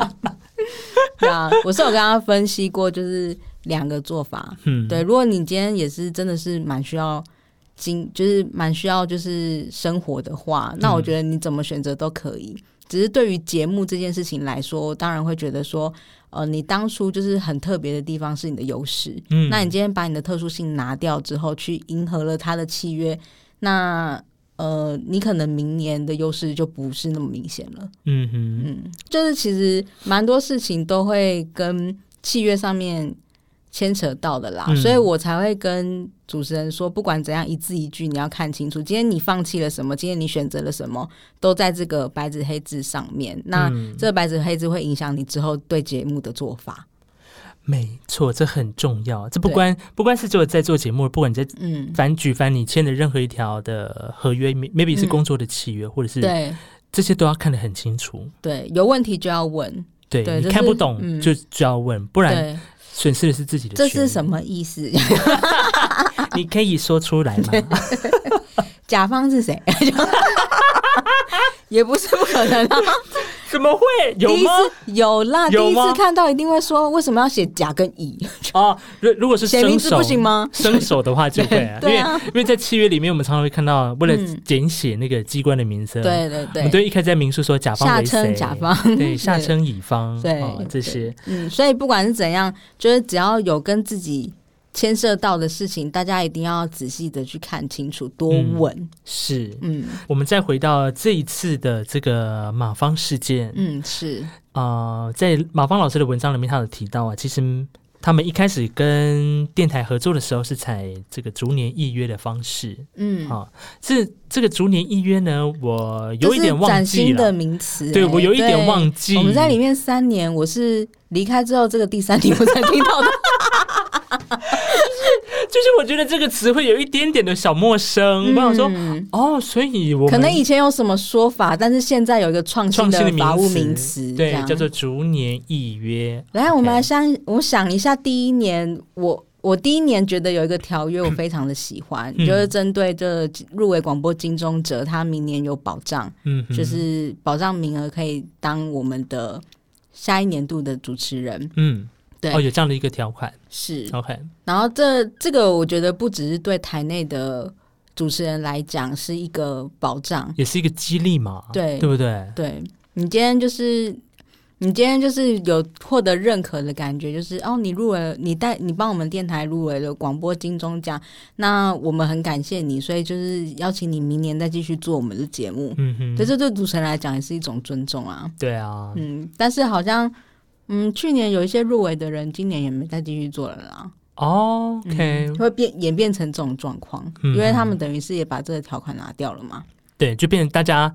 S2: 对啊，我是有跟他分析过，就是两个做法。
S1: 嗯，
S2: 对，如果你今天也是真的是蛮需要经，就是蛮需要就是生活的话，那
S1: 嗯
S2: 我觉得你怎么选择都可以。只是对于节目这件事情来说，我当然会觉得说，呃，你当初就是很特别的地方是你的优势。
S1: 嗯，
S2: 那你今天把你的特殊性拿掉之后，去迎合了他的契约，那呃，你可能明年的优势就不是那么明显了。
S1: 嗯哼，
S2: 嗯，就是其实蛮多事情都会跟契约上面牵扯到的啦，
S1: 嗯
S2: 所以我才会跟主持人说，不管怎样，一字一句你要看清楚。今天你放弃了什么，今天你选择了什么，都在这个白纸黑字上面。那
S1: 嗯
S2: 这白纸黑字会影响你之后对节目的做法。
S1: 没错，这很重要。这不
S2: 对
S1: 关不关是只有在做节目，不管你在
S2: 嗯，
S1: 反举凡你签的任何一条的合约，may-，maybe 是
S2: 嗯
S1: 工作的契约，或者是
S2: 对
S1: 这些都要看得很清楚。
S2: 对，有问题就要问，
S1: 对
S2: 对
S1: 你
S2: 这
S1: 看不
S2: 是
S1: 懂、
S2: 嗯
S1: 就就要问，不然
S2: 对，
S1: 损失的是自己的。
S2: 这是什？么意思？
S1: 你可以说出来吗？
S2: 甲方是谁？ 也不是不可能啊，
S1: 怎么会有
S2: 第一
S1: 吗？
S2: 次有啦，
S1: 有
S2: 第一
S1: 吗
S2: 次看到一定会说为什么要写甲跟乙？
S1: 哦，如如果是
S2: 写
S1: 生
S2: 名字
S1: 手
S2: 不行吗？，
S1: 生手的话就会、啊
S2: 对啊
S1: 因为因为在契约里面，我们常常会看到为了
S2: 嗯
S1: 简写那个机关的名称，
S2: 对对
S1: 我们
S2: 对，
S1: 都一开始在明述说甲方
S2: 下
S1: 为谁，
S2: 称甲方，
S1: 对，下称乙方，
S2: 对
S1: 哦、这些，
S2: 嗯，所以不管是怎样，就是只要有跟自己牵涉到的事情，大家一定要仔细的去看清楚，多问。
S1: 是。
S2: 嗯
S1: 我们再回到这一次的这个马芳事件，
S2: 嗯是
S1: 呃，在马芳老师的文章里面，他有提到啊，其实他们一开始跟电台合作的时候是采这个逐年议约的方式，
S2: 嗯，
S1: 啊这这个逐年议约呢，我有一
S2: 这
S1: 点
S2: 是
S1: 忘
S2: 崭
S1: 记
S2: 新
S1: 了
S2: 的，名词、
S1: 对
S2: 哎
S1: 我有一点忘记。
S2: 我们在里面三年，我是离开之后，这个第三年我才听 到的。
S1: 就是我觉得这个词汇有一点点的小陌生，我想说。
S2: 嗯
S1: 哦，所以我们
S2: 可能以前有什么说法，但是现在有一个创
S1: 创
S2: 新
S1: 新
S2: 的
S1: 的
S2: 法务名
S1: 词
S2: 词，，
S1: 对
S2: 这，样
S1: 叫做逐年议约。
S2: 来，我
S1: OK
S2: 们来想，我想一下，第一年我。我第一年觉得有一个条约我非常的喜欢，
S1: 嗯
S2: 就是针对这入围广播金钟者，他明年有保障，
S1: 嗯哼，
S2: 就是保障名额可以当我们的下一年度的主持人。
S1: 嗯，
S2: 对
S1: 哦，有这样的一个条款。
S2: 是，
S1: OK，
S2: 然后这这个我觉得不只是对台内的主持人来讲是一个保障，
S1: 也是一个激励嘛，
S2: 对
S1: 对不对？
S2: 对你今天就是你今天就是有获得认可的感觉，就是哦，你入围了，你带你帮我们电台入围了广播金钟奖，那我们很感谢你，所以就是邀请你明年再继续做我们的节目。
S1: 嗯哼，
S2: 对，这对主持人来讲也是一种尊重啊。
S1: 对啊，
S2: 嗯，但是好像嗯，去年有一些入围的人，今年也没再继续做了啦。
S1: 哦 OK，
S2: 嗯会变演变成这种状况，
S1: 嗯
S2: 因为他们等于是也把这个条款拿掉了嘛。
S1: 对，就变成大家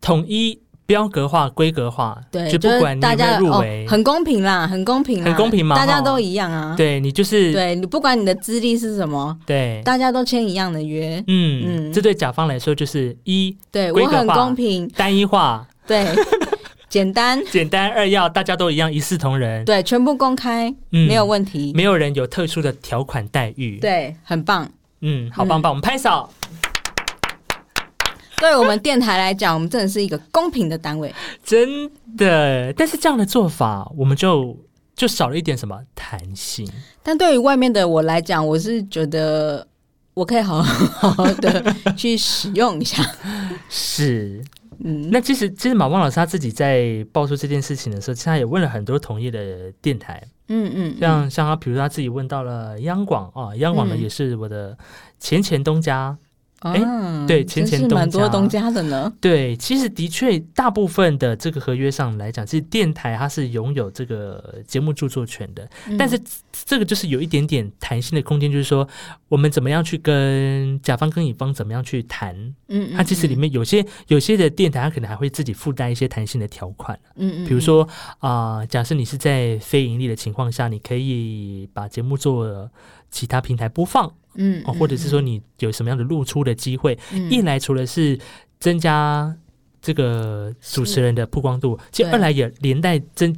S1: 统一标格化、规格化，
S2: 对，
S1: 就不
S2: 是
S1: 管你有
S2: 大
S1: 没
S2: 家
S1: 有入
S2: 哦
S1: 围，
S2: 很公平啦，很公平啦，
S1: 很公平嘛
S2: 大家
S1: 哈
S2: 都一样啊。
S1: 对你就是
S2: 对你不管你的资历是什么，
S1: 对，
S2: 大家都签一样的约。
S1: 嗯，
S2: 嗯
S1: 这对甲方来说就是一
S2: 对
S1: 规
S2: 我
S1: 格化
S2: 很公平，
S1: 单一化、
S2: 对，简单，
S1: 简单；二要大家都一样，一视同仁，
S2: 对，全部公开，
S1: 嗯
S2: 没有问题。
S1: 没有人有特殊的条款待遇。，
S2: 对，很棒。
S1: 嗯，好棒棒，我们拍手。
S2: 对我们电台来讲，我们真的是一个公平的单位。
S1: 真的，但是这样的做法，我们就就少了一点什么弹性。
S2: 但对于外面的我来讲，我是觉得我可以好好好的去使用一下。
S1: 是，
S2: 嗯，
S1: 那其实其实马旺老师他自己在爆出这件事情的时候，其实他也问了很多同业的电台，
S2: 嗯嗯，嗯
S1: 像像他，比如他自己问到了央广啊，央广呢
S2: 嗯
S1: 也是我的前前东家。哎
S2: 啊
S1: 对前前
S2: 真是蛮
S1: 东家
S2: 多东家的呢。
S1: 对，其实的确，大部分的这个合约上来讲，其实电台它是拥有这个节目著作权的，
S2: 嗯
S1: 但是这个就是有一点点弹性的空间，就是说我们怎么样去跟甲方跟乙方怎么样去谈。
S2: 嗯，嗯
S1: 它其实里面有些有些的电台，它可能还会自己附带一些弹性的条款，
S2: 嗯嗯，
S1: 比如说啊、假设你是在非盈利的情况下，你可以把节目做其他平台播放，
S2: 嗯，
S1: 哦，或者是说你有什么样的露出的机会。
S2: 嗯
S1: 一来除了是增加这个主持人的曝光度，其实
S2: 对
S1: 二来也连带增。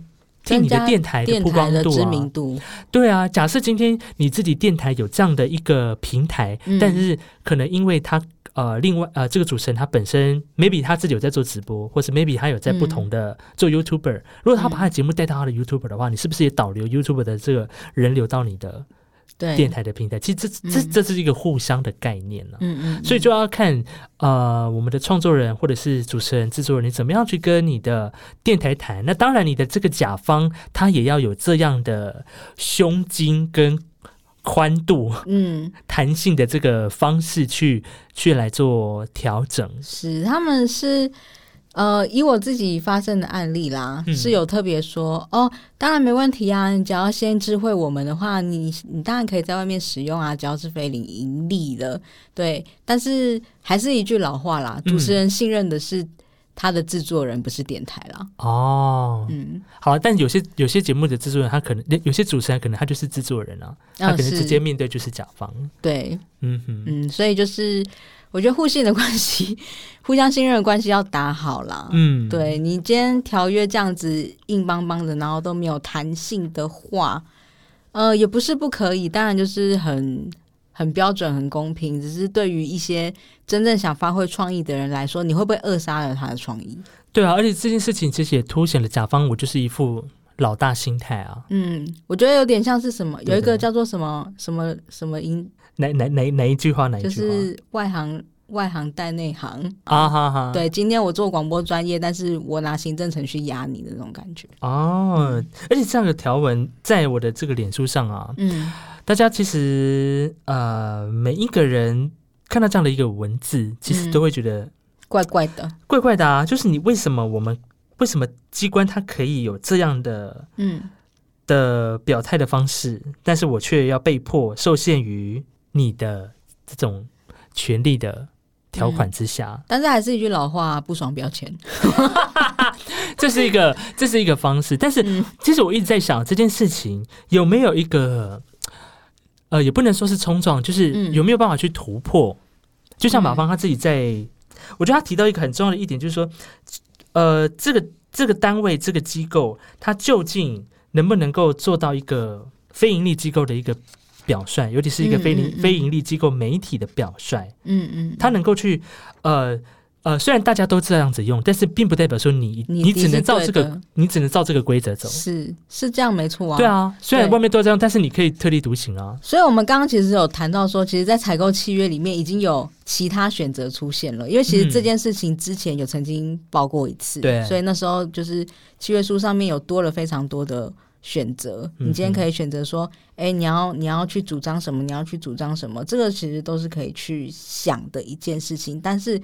S1: 替你
S2: 增
S1: 的
S2: 加
S1: 电台的
S2: 电
S1: 曝
S2: 台
S1: 光
S2: 的
S1: 度
S2: 知
S1: 啊，
S2: 名度，
S1: 对啊，假设今天你自己电台有这样的一个平台，
S2: 嗯
S1: 但是可能因为他呃，另外呃，这个主持人他本身 maybe 他自己有在做直播，或是 maybe 他有在不同
S2: 嗯
S1: 的、做 YouTuber，如果他把他的节目带到他的 YouTuber 的话，你是不是也导流 YouTuber 的这个人流到你的
S2: 对，
S1: 电台的平台？其实这这
S2: 嗯
S1: 这是一个互相的概念啊呢、
S2: 嗯嗯，嗯
S1: 所以就要看呃，我们的创作人或者是主持人、制作人，你怎么样去跟你的电台谈？那当然，你的这个甲方他也要有这样的胸襟跟宽度、
S2: 嗯
S1: 弹性的这个方式去 去来做调整。
S2: 是他们是。呃，以我自己发生的案例啦，
S1: 嗯
S2: 是有特别说哦，当然没问题啊，你只要先知会我们的话，你你当然可以在外面使用啊，只要是非盈盈利的，对。但是还是一句老话啦，
S1: 嗯
S2: 主持人信任的是他的制作人不是电台啦。
S1: 哦，
S2: 嗯，
S1: 好啊，但有些有些节目的制作人，他可能有些主持人可能他就是制作人啊，他
S2: 嗯
S1: 可能
S2: 是
S1: 直接面对就是甲方。
S2: 对，
S1: 嗯哼，
S2: 嗯，所以就是我觉得互信的关系，互相信任的关系要打好啦。
S1: 嗯，
S2: 对你今天条约这样子硬邦邦的，然后都没有弹性的话，呃，也不是不可以，当然就是很很标准、很公平。只是对于一些真正想发挥创意的人来说，你会不会扼杀了他的创意？
S1: 对啊，而且这件事情其实也凸显了甲方我就是一副老大心态啊。
S2: 嗯，我觉得有点像是什么，有一
S1: 对对
S2: 个叫做什么什么什么营，
S1: 哪哪哪哪一句话哪一句
S2: 就
S1: 话、
S2: 是外行外行带内行。
S1: 啊哈哈，
S2: 对，今天我做广播专业，但是我拿行政程序压你的那种感觉。
S1: 哦，而且这样的条文在我的这个脸书上啊，
S2: 嗯
S1: 大家其实呃每一个人看到这样的一个文字，其实
S2: 嗯
S1: 都会觉得
S2: 怪怪的。
S1: 怪怪的啊，就是你为什么我们为什么机关它可以有这样的
S2: 嗯，
S1: 的表态的方式，但是我却要被迫受限于你的这种权利的条
S2: 嗯
S1: 款之下，
S2: 但是还是一句老话，不爽不要钱。
S1: 这是一个这是一个方式。但是
S2: 嗯
S1: 其实我一直在想这件事情有没有一个呃，也不能说是冲撞，就是
S2: 嗯
S1: 有没有办法去突破。就像马
S2: 嗯
S1: 芳他自己在，我觉得他提到一个很重要的一点，就是说，呃，这个这个单位这个机构，它究竟能不能够做到一个非盈利机构的一个表率，尤其是一个
S2: 嗯
S1: 非盈、
S2: 嗯嗯
S1: 非盈利机构媒体的表率，
S2: 嗯嗯，
S1: 它能够去呃呃，虽然大家都这样子用，但是并不代表说你
S2: 你
S1: 你
S2: 你
S1: 只能
S2: 是
S1: 照
S2: 对
S1: 这个
S2: 的
S1: 你只能照这个规则走。
S2: 是是这样没错啊。
S1: 对。啊，虽然
S2: 对
S1: 外面都这样，但是你可以特立独行啊。
S2: 所以，我们刚刚其实有谈到说，其实，在采购契约里面已经有其他选择出现了，因为其实
S1: 嗯
S2: 这件事情之前有曾经报过一次，
S1: 对
S2: 所以那时候就是契约书上面有多了非常多的选择，
S1: 嗯
S2: 你今天可以选择说，哎、你要你要去主张什么，你要去主张什么，这个其实都是可以去想的一件事情，但是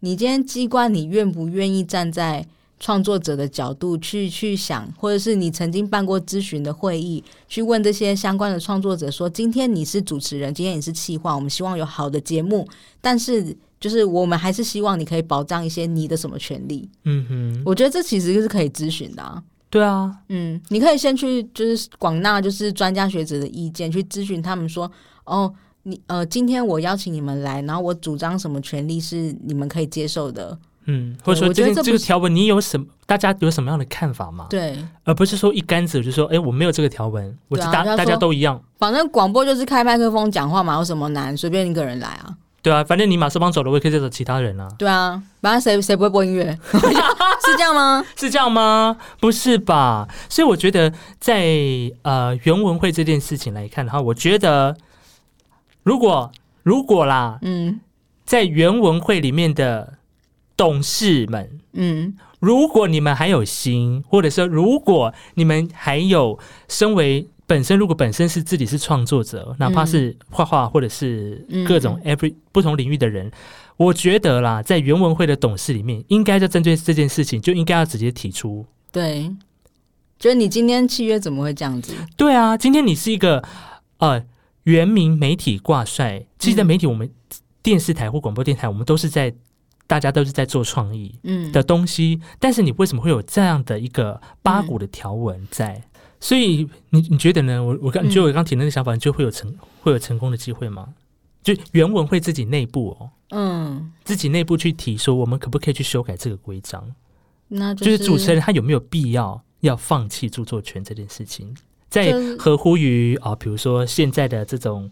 S2: 你今天机关，你愿不愿意站在创作者的角度去去想，或者是你曾经办过咨询的会议，去问这些相关的创作者说，今天你是主持人，今天你是企划，我们希望有好的节目，但是就是我们还是希望你可以保障一些你的什么权利。
S1: 嗯哼，
S2: 我觉得这其实是可以咨询的、啊。
S1: 对啊，
S2: 嗯，你可以先去就是广纳就是专家学者的意见，去咨询他们说，哦，你呃，今天我邀请你们来，然后我主张什么权利是你们可以接受的，
S1: 嗯，或者说
S2: 我觉
S1: 这件
S2: 得这
S1: 这
S2: 不
S1: 个
S2: 是
S1: 条文你有什么，大家有什么样的看法吗？
S2: 对。
S1: 而不是说一竿子就说，哎，我没有这个条文，我就
S2: 对啊
S1: 大
S2: 人家
S1: 大家
S2: 说
S1: 都一样。
S2: 反正广播就是开麦克风讲话嘛，有什么难？随便一个人来啊。
S1: 对啊，反正你马斯邦走了，我也可以再找其他人啊，
S2: 对啊，反正谁谁不会播音乐， 是这样吗？
S1: 是这样吗？不是吧？所以我觉得在呃原文会这件事情来看的话，我觉得如果如果啦，
S2: 嗯
S1: 在原文会里面的董事们，
S2: 嗯
S1: 如果你们还有心，或者说如果你们还有身为本身，如果本身是自己是创作者，哪怕是画画或者是各种 every 不同领域的人，我觉得啦，在原文会的董事里面，应该就针对这件事情，就应该要直接提出。
S2: 对。就是你今天契约怎么会这样子？
S1: 对啊，今天你是一个呃原名媒体挂帅，其实，在
S2: 嗯
S1: 媒体我们电视台或广播电台，我们都是在大家都是在做创意，
S2: 嗯，
S1: 的东西，但是你为什么会有这样的一个八股的条文在？所以你你觉得呢？我我刚你觉得我刚提那个想法，你就会有成会有成功的机会吗？就原文会自己内部哦，
S2: 嗯，
S1: 自己内部去提说，我们可不可以去修改这个规章？
S2: 那
S1: 就是是主持人他有没有必要要放弃著作权这件事情，在
S2: 就是
S1: 合乎于啊、比如说现在的这种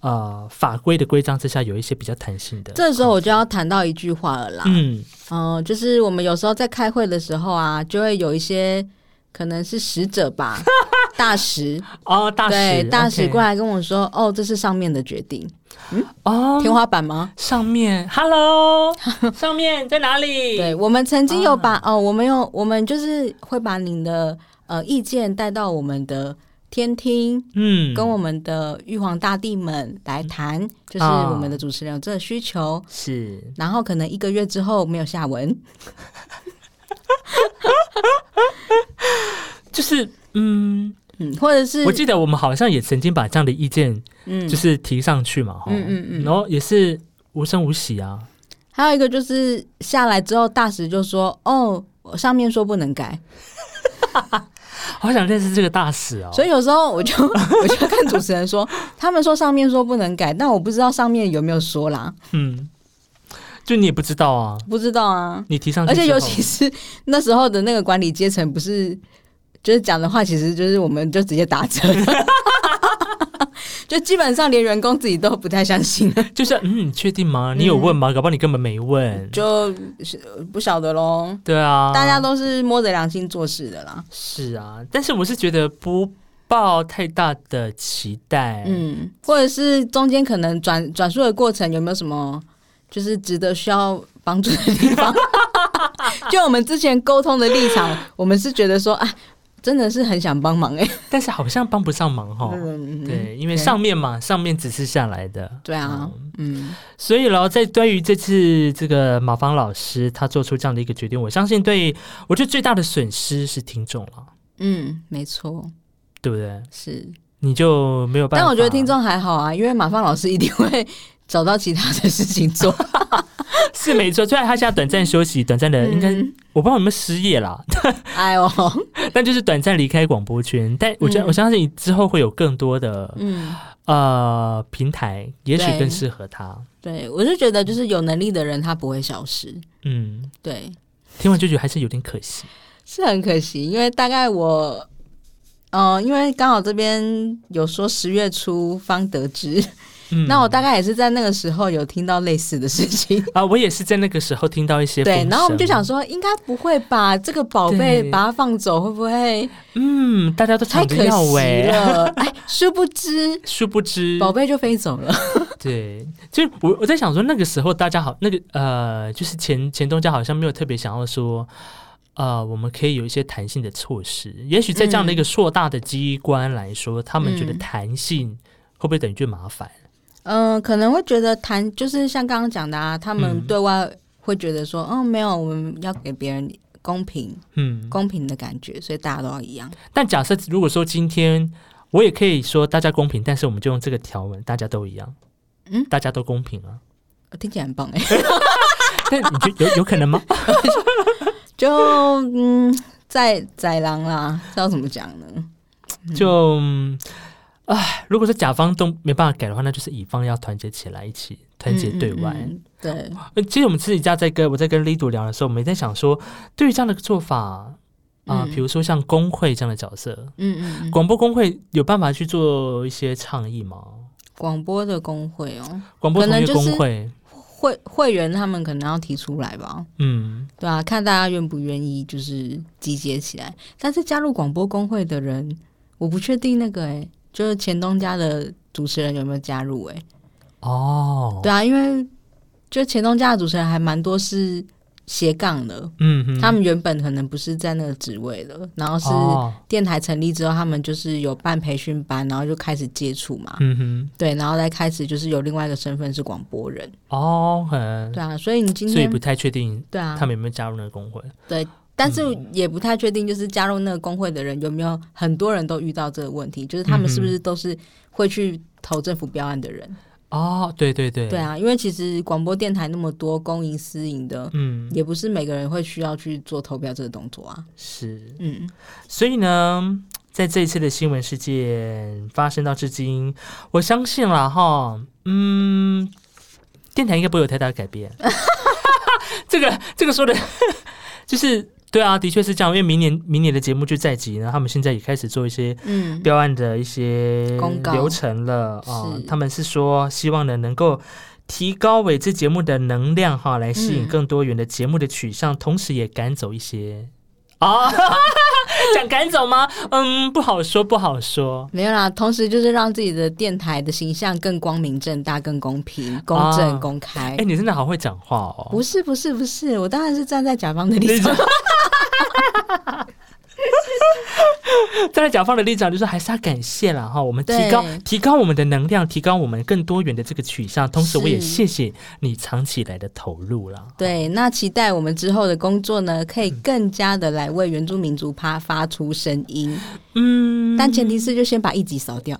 S1: 呃法规的规章之下，有一些比较弹性的。
S2: 这时候我就要谈到一句话了啦。
S1: 嗯，
S2: 嗯、就是我们有时候在开会的时候啊，就会有一些可能是使者吧， 大使，
S1: 哦，大
S2: 对
S1: 使，
S2: 大使
S1: OK
S2: 过来跟我说，哦，这是上面的决定，
S1: 哦，
S2: 天花板吗？
S1: 上面，Hello，上 面在哪里？
S2: 对，我们曾
S1: 啊
S2: 经有把、哦，我们有我们就是会把您的呃意见带到我们的天听，
S1: 嗯，
S2: 跟我们的玉皇大帝们来谈，就是
S1: 啊
S2: 我们的主持人有这个需求，
S1: 是
S2: 然后可能一个月之后没有下文，
S1: 就是嗯，
S2: 嗯，或者是
S1: 我记得我们好像也曾经把这样的意见
S2: 嗯
S1: 就，是提上去嘛，哈，
S2: 嗯嗯嗯
S1: 然后也是无声无喜啊，
S2: 还有一个就是下来之后，大使就说：“哦，我上面说不能改。
S1: 好想认识这个大使哦”。
S2: 所以有时候我就 我就看主持人说，他们说上面说不能改，但我不知道上面有没有说啦，
S1: 嗯，就你也不知道啊，
S2: 不知道啊。
S1: 你提上去
S2: 而
S1: 之
S2: 且
S1: 后，
S2: 尤其是那时候的那个管理阶层，不是就是讲的话，其实就是我们就直接打折了。 就基本上连员工自己都不太相信了，
S1: 就是嗯，你确定吗？你有问吗？搞不好你根本没问。
S2: 就是呃不晓得喽。
S1: 对啊，
S2: 大家都是摸着良心做事的啦。
S1: 是啊，但是我是觉得不抱太大的期待。嗯，
S2: 嗯，或者是中间可能转转述的过程有没有什么就是值得需要帮助的地方？ 就我们之前沟通的立场，我们是觉得说，啊，真的是很想帮忙哎、
S1: 但是好像帮不上忙哈。
S2: 嗯，
S1: 哦对，哦因为上面嘛，上面指示下来的，
S2: 对啊，嗯，
S1: 所以咯，在对于这次这个马芳老师他做出这样的一个决定，我相信对我觉得最大的损失是听众了，
S2: 嗯，没错，
S1: 对不对？
S2: 是。
S1: 你就没有办法。
S2: 但我觉得听众还好啊，因为马放老师一定会找到其他的事情 做。
S1: 是没错，虽然他现在短暂休息，短暂的应该、
S2: 嗯
S1: 我不知道有没有失业啦，
S2: 哎呦，
S1: 但就是短暂离开广播圈。但我觉得、
S2: 嗯
S1: 我相信之后会有更多的
S2: 嗯，
S1: 呃平台，也许
S2: 对
S1: 更适合他。
S2: 对，我就觉得就是有能力的人他不会消失，
S1: 嗯，
S2: 对，
S1: 听完就觉得还是有点可惜。
S2: 是很可惜，因为大概我，嗯、因为刚好这边有说十月初方得知，
S1: 嗯，
S2: 那我大概也是在那个时候有听到类似的 事情。
S1: 啊、我也是在那个时候听到一些
S2: 对
S1: 风，
S2: 然后我们就
S1: 声
S2: 想，说，应该不会把这个宝贝
S1: 对
S2: 把它放走，会不会
S1: 嗯，大家都
S2: 太
S1: 抢着
S2: 可惜
S1: 要欸嗯喂、
S2: 了？ 哎，殊不知
S1: 殊不知，
S2: 宝贝就飞走了。
S1: 对，就我我在想说，那个时候大家好，那个呃，就是前前东家好像没有特别想要说，呃，我们可以有一些弹性的措施。也许在这样的一个硕大的机关来说，他们觉得
S2: 嗯
S1: 弹性会不会等于就麻烦？
S2: 嗯、可能会觉得谈就是像刚刚讲的啊，他们
S1: 嗯
S2: 对外会觉得说，嗯，没有，我们要给别人公平
S1: 嗯，
S2: 公平的感觉，所以大家都要一样。
S1: 但假设如果说今天我也可以说大家公平，但是我们就用这个条文，大家都一样，
S2: 嗯
S1: 大家都公平啊。
S2: 听起来很棒哎、
S1: 但你觉得有有可能吗？
S2: 就嗯，在宰狼啦，知道怎么讲呢？
S1: 就嗯唉，如果是甲方都没办法改的话，那就是乙方要团结起来，一起团结对外。
S2: 嗯嗯嗯
S1: 呃其实我们自己家在跟我在跟 Lido 聊的时候，我们也在想说，对于这样的做法啊、
S2: 嗯
S1: 比如说像工会这样的角色，
S2: 对，嗯嗯嗯，
S1: 广播工会有办法去做一些倡议吗？
S2: 广播的工会哦，
S1: 广播
S2: 可
S1: 同
S2: 能
S1: 业
S2: 就是
S1: 工会，
S2: 会会员他们可能要提出来吧，
S1: 嗯，
S2: 对啊，看大家愿不愿意，就是集结起来。但是加入广播工会的人，我不确定那个哎、就是前东家的主持人有没有加入哎、
S1: 哦，
S2: 对啊，因为就前东家的主持人还蛮多是斜杠的，
S1: 嗯嗯，
S2: 他们原本可能不是在那个职位的，然后是。
S1: 哦
S2: 电台成立之后，他们就是有办培训班，然后就开始接触嘛，
S1: 嗯哼，
S2: 对，然后再开始就是有另外一个身份是广播人，
S1: 哦，很，
S2: 对啊，所以你今
S1: 所以
S2: 天
S1: 不太确定
S2: 对啊
S1: 他，们有没有加入那个工会。
S2: 但是也不太确定，就是加入那个工会的人有没有很多人都遇到这个问题，就是他们是不是都是会去投政府标案的人？
S1: 哦，对对对，
S2: 对，啊，因为其实广播电台那么多公营私营的，
S1: 嗯，
S2: 也不是每个人会需要去做投标这个动作啊，
S1: 是。
S2: 嗯
S1: 所以呢，在这一次的新闻事件发生到至今，我相信了哈，嗯，电台应该不会有太大的改变。这个这个说的， 就是对啊，的确是这样，因为明年明年的节目就在即呢，他们现在也开始做一些。
S2: 嗯，
S1: 标案的一些
S2: 公告
S1: 流程了啊、
S2: 是
S1: 他们是说希望呢能够提高伟这节目的能量哈，来吸引
S2: 嗯
S1: 更多元的节目的取向，同时也赶走一些
S2: 哦
S1: 啊，想赶走吗？嗯，不好说，不好说。
S2: 没有啦，同时就是让自己的电台的形象更光明正大、更公平、公正、
S1: 啊
S2: 公开
S1: 哎、。你真的好会讲话哦！
S2: 不是不是不是，我当然是站在甲方的立场。
S1: 站在甲方的立场，就是还是要感谢啦哈，我们提
S2: 对
S1: 高提高我们的能量，提高我们更多元的这个取向，同时我也
S2: 是
S1: 谢谢你长期以来的投入啦。
S2: 对，那期待我们之后的工作呢，可以更加的来为原住民族趴发出声音，
S1: 嗯，哎
S2: 但前提是就先把一 级扫掉。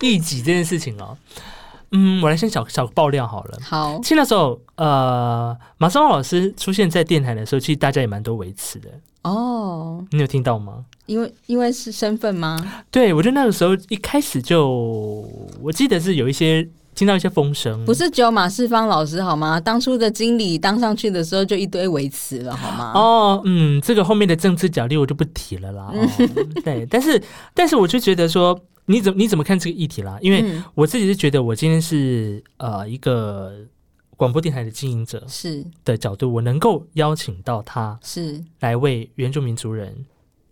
S1: 一己这件事情哦，嗯，我来先小小爆料好了。
S2: 好，
S1: 其实那时候，呃，马上老师出现在电台的时候，其实大家也蛮多维持的。
S2: 哦，
S1: 你有听到吗？
S2: 因为因为是身份吗？
S1: 对，我觉得那个时候一开始就，我记得是有一些听到一些风声，
S2: 不是只有马世芳老师好吗？当初的经理当上去的时候就一堆维持了好吗？
S1: 哦，嗯，这个后面的政治角力我就不提了啦。哦、
S2: 嗯
S1: 对，但是但是我就觉得说，你怎你怎么看这个议题啦？因为
S2: 嗯，
S1: 我自己是觉得，我今天是呃一个广播电台的经营者
S2: 是
S1: 的角度，我能够邀请到他
S2: 是，
S1: 来为原住民族人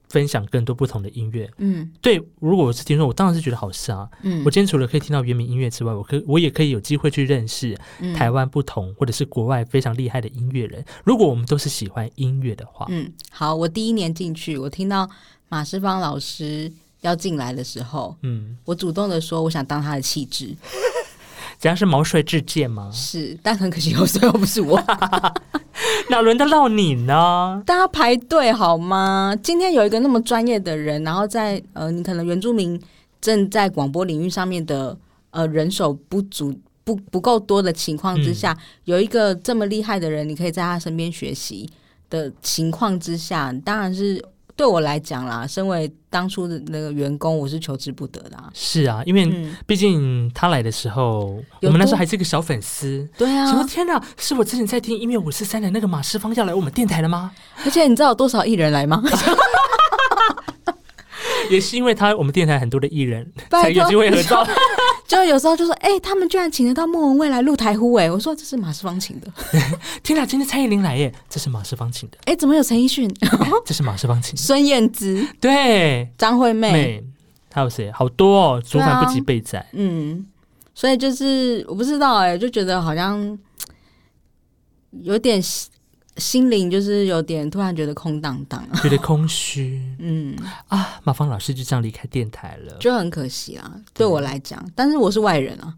S1: 分享更多不同的音乐。
S2: 嗯
S1: 对，如果我是听众，我当然是觉得好事啊。
S2: 嗯，
S1: 我今天除了可以听到原民音乐之外，我可我也可以有机会去认识
S2: 嗯
S1: 台湾不同或者是国外非常厉害的音乐人。如果我们都是喜欢音乐的话，
S2: 嗯，好，我第一年进去，我听到马世芳老师要进来的时候，
S1: 嗯，
S2: 我主动的说我想当他的气质，
S1: 只要是毛帅智介 吗？
S2: 是，但很可惜 有时候不是我，
S1: 哪轮得到你呢？
S2: 大家排队好吗？今天有一个那么专业的人，然后在呃，你可能原住民正在广播领域上面的呃人手不足。不不够多的情况之
S1: 嗯
S2: 下，有一个这么厉害的人，你可以在他身边学习的情况之下，当然是对我来讲啦。身为当初的那个员工，我是求之不得的、啊。
S1: 是啊，因为
S2: 嗯，
S1: 毕竟他来的时候，
S2: 有
S1: 我们那时
S2: 多
S1: 候还是个小粉丝。
S2: 对
S1: 什么
S2: 啊。
S1: 天哪！是我之前在听音乐五四三的那个马世芳要来我们电台了吗？
S2: 而且你知道有多少艺人来吗？
S1: 也是因为他我们电台很多的艺人
S2: 拜
S1: 才
S2: 托
S1: 有机会合照。
S2: 就有时候就说，哎、他们居然请得到莫文蔚来录台呼哎、我说这是马世芳请的，
S1: 天哪！今天蔡依林来耶，这是马世芳 请的，
S2: 哎、怎么有陈奕迅？
S1: 这是马世芳请 的。
S2: 孙燕姿、
S1: 对，
S2: 张惠妹，
S1: 妹，还有谁？好多哦，祖反不及备载。
S2: 嗯，所以就是我不知道哎、就觉得好像有点心心灵，就是有点突然觉得空荡荡，啊
S1: 觉得空虚
S2: 嗯，
S1: 啊！马芳老师就这样离开电台了。
S2: 就很可惜啊，对我来讲，但是我是外人啊，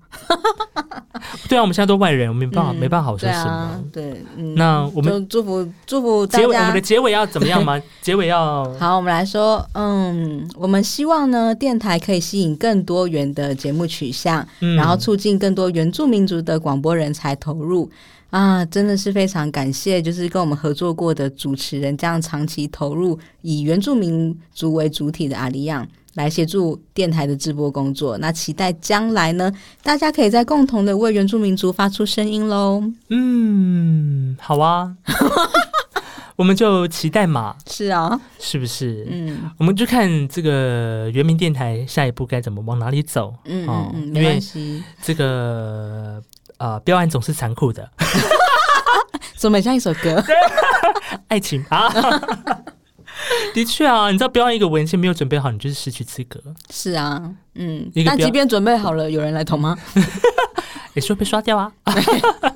S1: 对啊，我们现在都外人，我们没办法，
S2: 嗯
S1: 没办法好说
S2: 对
S1: 什
S2: 啊
S1: 么。，
S2: 对，嗯，
S1: 那我们
S2: 就祝福祝福啊大
S1: 结尾，我
S2: 家
S1: 们的。结尾要怎么样 吗？结尾要
S2: 好，我们来说，嗯，我们希望呢，电台可以吸引更多元的节目取向，
S1: 嗯
S2: 然后促进更多原住民族的广播人才投入啊，真的是非常感谢，就是跟我们合作过的主持人这样长期投入以原住民族为主体的阿里样。来协助电台的直播工作，那期待将来呢，大家可以在共同的为原住民族发出声音喽。
S1: 嗯，好 啊，我们就期待嘛，
S2: 是啊，
S1: 是不是？
S2: 嗯
S1: 我们就看这个原民电台下一步该怎么往哪里走。
S2: 嗯
S1: 哦
S2: 嗯嗯，
S1: 因
S2: 没
S1: 为
S2: 关系，
S1: 这个啊，标案总是残酷的，
S2: 怎么很像一首歌？
S1: 爱情啊。 的确啊，你知道标一个文献没有准备好，你就是失去资格，
S2: 是啊，嗯
S1: 一个，
S2: 但
S1: 标
S2: 即便准备好了，有人来投吗？
S1: 也是会被刷掉啊。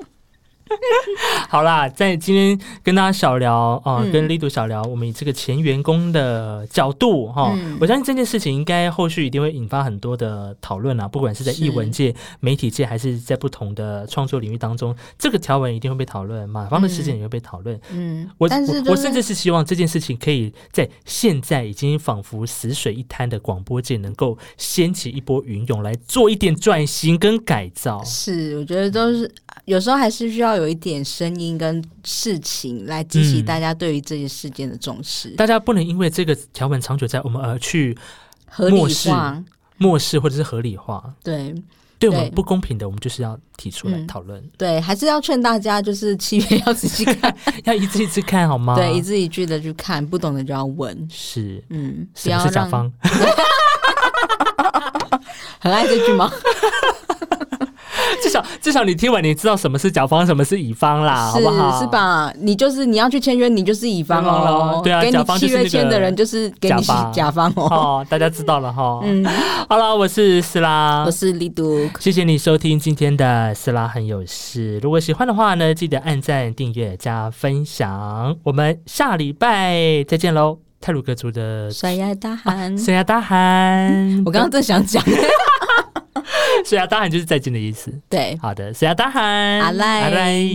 S1: 好啦，在今天跟大家小聊啊、呃
S2: 嗯
S1: 跟力度小聊，我们以这个前员工的角度哈、
S2: 嗯
S1: 我相信这件事情应该后续一定会引发很多的讨论啊，不管是在
S2: 是
S1: 译文界、媒体界，还是在不同的创作领域当中，这个条文一定会被讨论，马方的事件也会被讨论。
S2: 嗯，
S1: 我
S2: 但是、
S1: 我
S2: 就
S1: 我
S2: 是、
S1: 甚至是希望这件事情可以在现在已经仿佛死水一滩的广播界，能够掀起一波云涌，来做一点转型跟改造。
S2: 是，我觉得都是有时候还是需要有一点声音跟事情来激起
S1: 嗯
S2: 大家对于这些事件的重视，
S1: 大家不能因为这个条文长久在我们而去
S2: 合理
S1: 漠视
S2: 化。
S1: 漠视或者是合理化，
S2: 对
S1: 对我们
S2: 对
S1: 不公平的，我们就是要提出来
S2: 嗯
S1: 讨论，
S2: 对，还是要劝大家，就是七月要仔细看，
S1: 要一字一字看好吗？
S2: 对，一字一句的去看，不懂的就要问，
S1: 是
S2: 嗯，不
S1: 什么
S2: 要
S1: 是甲
S2: 让
S1: 方？
S2: 很爱这句吗？
S1: 至少至少你听完你知道什么是甲方，什么是乙方啦，啊好
S2: 是
S1: 不好？
S2: 是？吧？你就是你要去签约，你就是乙方哦，
S1: 对啊
S2: 给
S1: 甲
S2: 你
S1: 方就
S2: 契
S1: 是
S2: 约
S1: 那
S2: 签
S1: 个
S2: 的人就是给你
S1: 甲方
S2: 甲方哦，
S1: 哦，大家知道了哈。
S2: 嗯。
S1: 好了，我是斯拉，
S2: 我是李读，
S1: 谢谢你收听今天的斯拉很有事。如果喜欢的话呢，记得按赞、订阅、加分享。我们下礼拜再见喽！泰鲁格族的
S2: 甩呀大喊。
S1: 水牙大喊，
S2: 嗯我刚刚正想讲，
S1: 水牙大喊就是再见的意思。
S2: 对，
S1: 好的，水牙大喊，
S2: 阿赖
S1: 阿赖。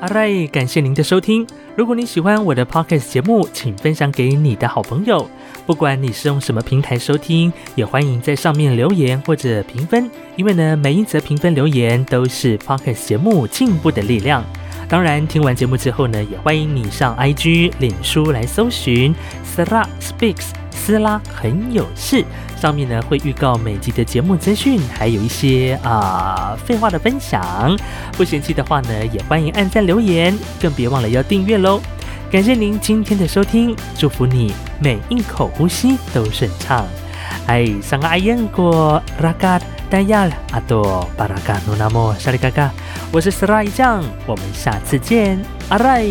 S1: 阿赖，感谢您的收听。如果你喜欢我的 podcast 节目，请分享给你的好朋友。不管你是用什么平台收听，也欢迎在上面留言或者评分，因为呢，每一则评分留言都是 podcast 节目进步的力量。当然，听完节目之后呢，也欢迎你上 IG、脸书来搜寻 Sara Speaks 斯拉很有事，上面呢会预告每集的节目资讯，还有一些啊、废话的分享。不嫌弃的话呢，也欢迎按赞留言，更别忘了要订阅喽。感谢您今天的收听，祝福你每一口呼吸都顺畅。哎，上个阿燕过拉嘎丹亚了阿多巴拉嘎努那莫沙里嘎嘎，我是斯拉一酱，我们下次见，阿赖。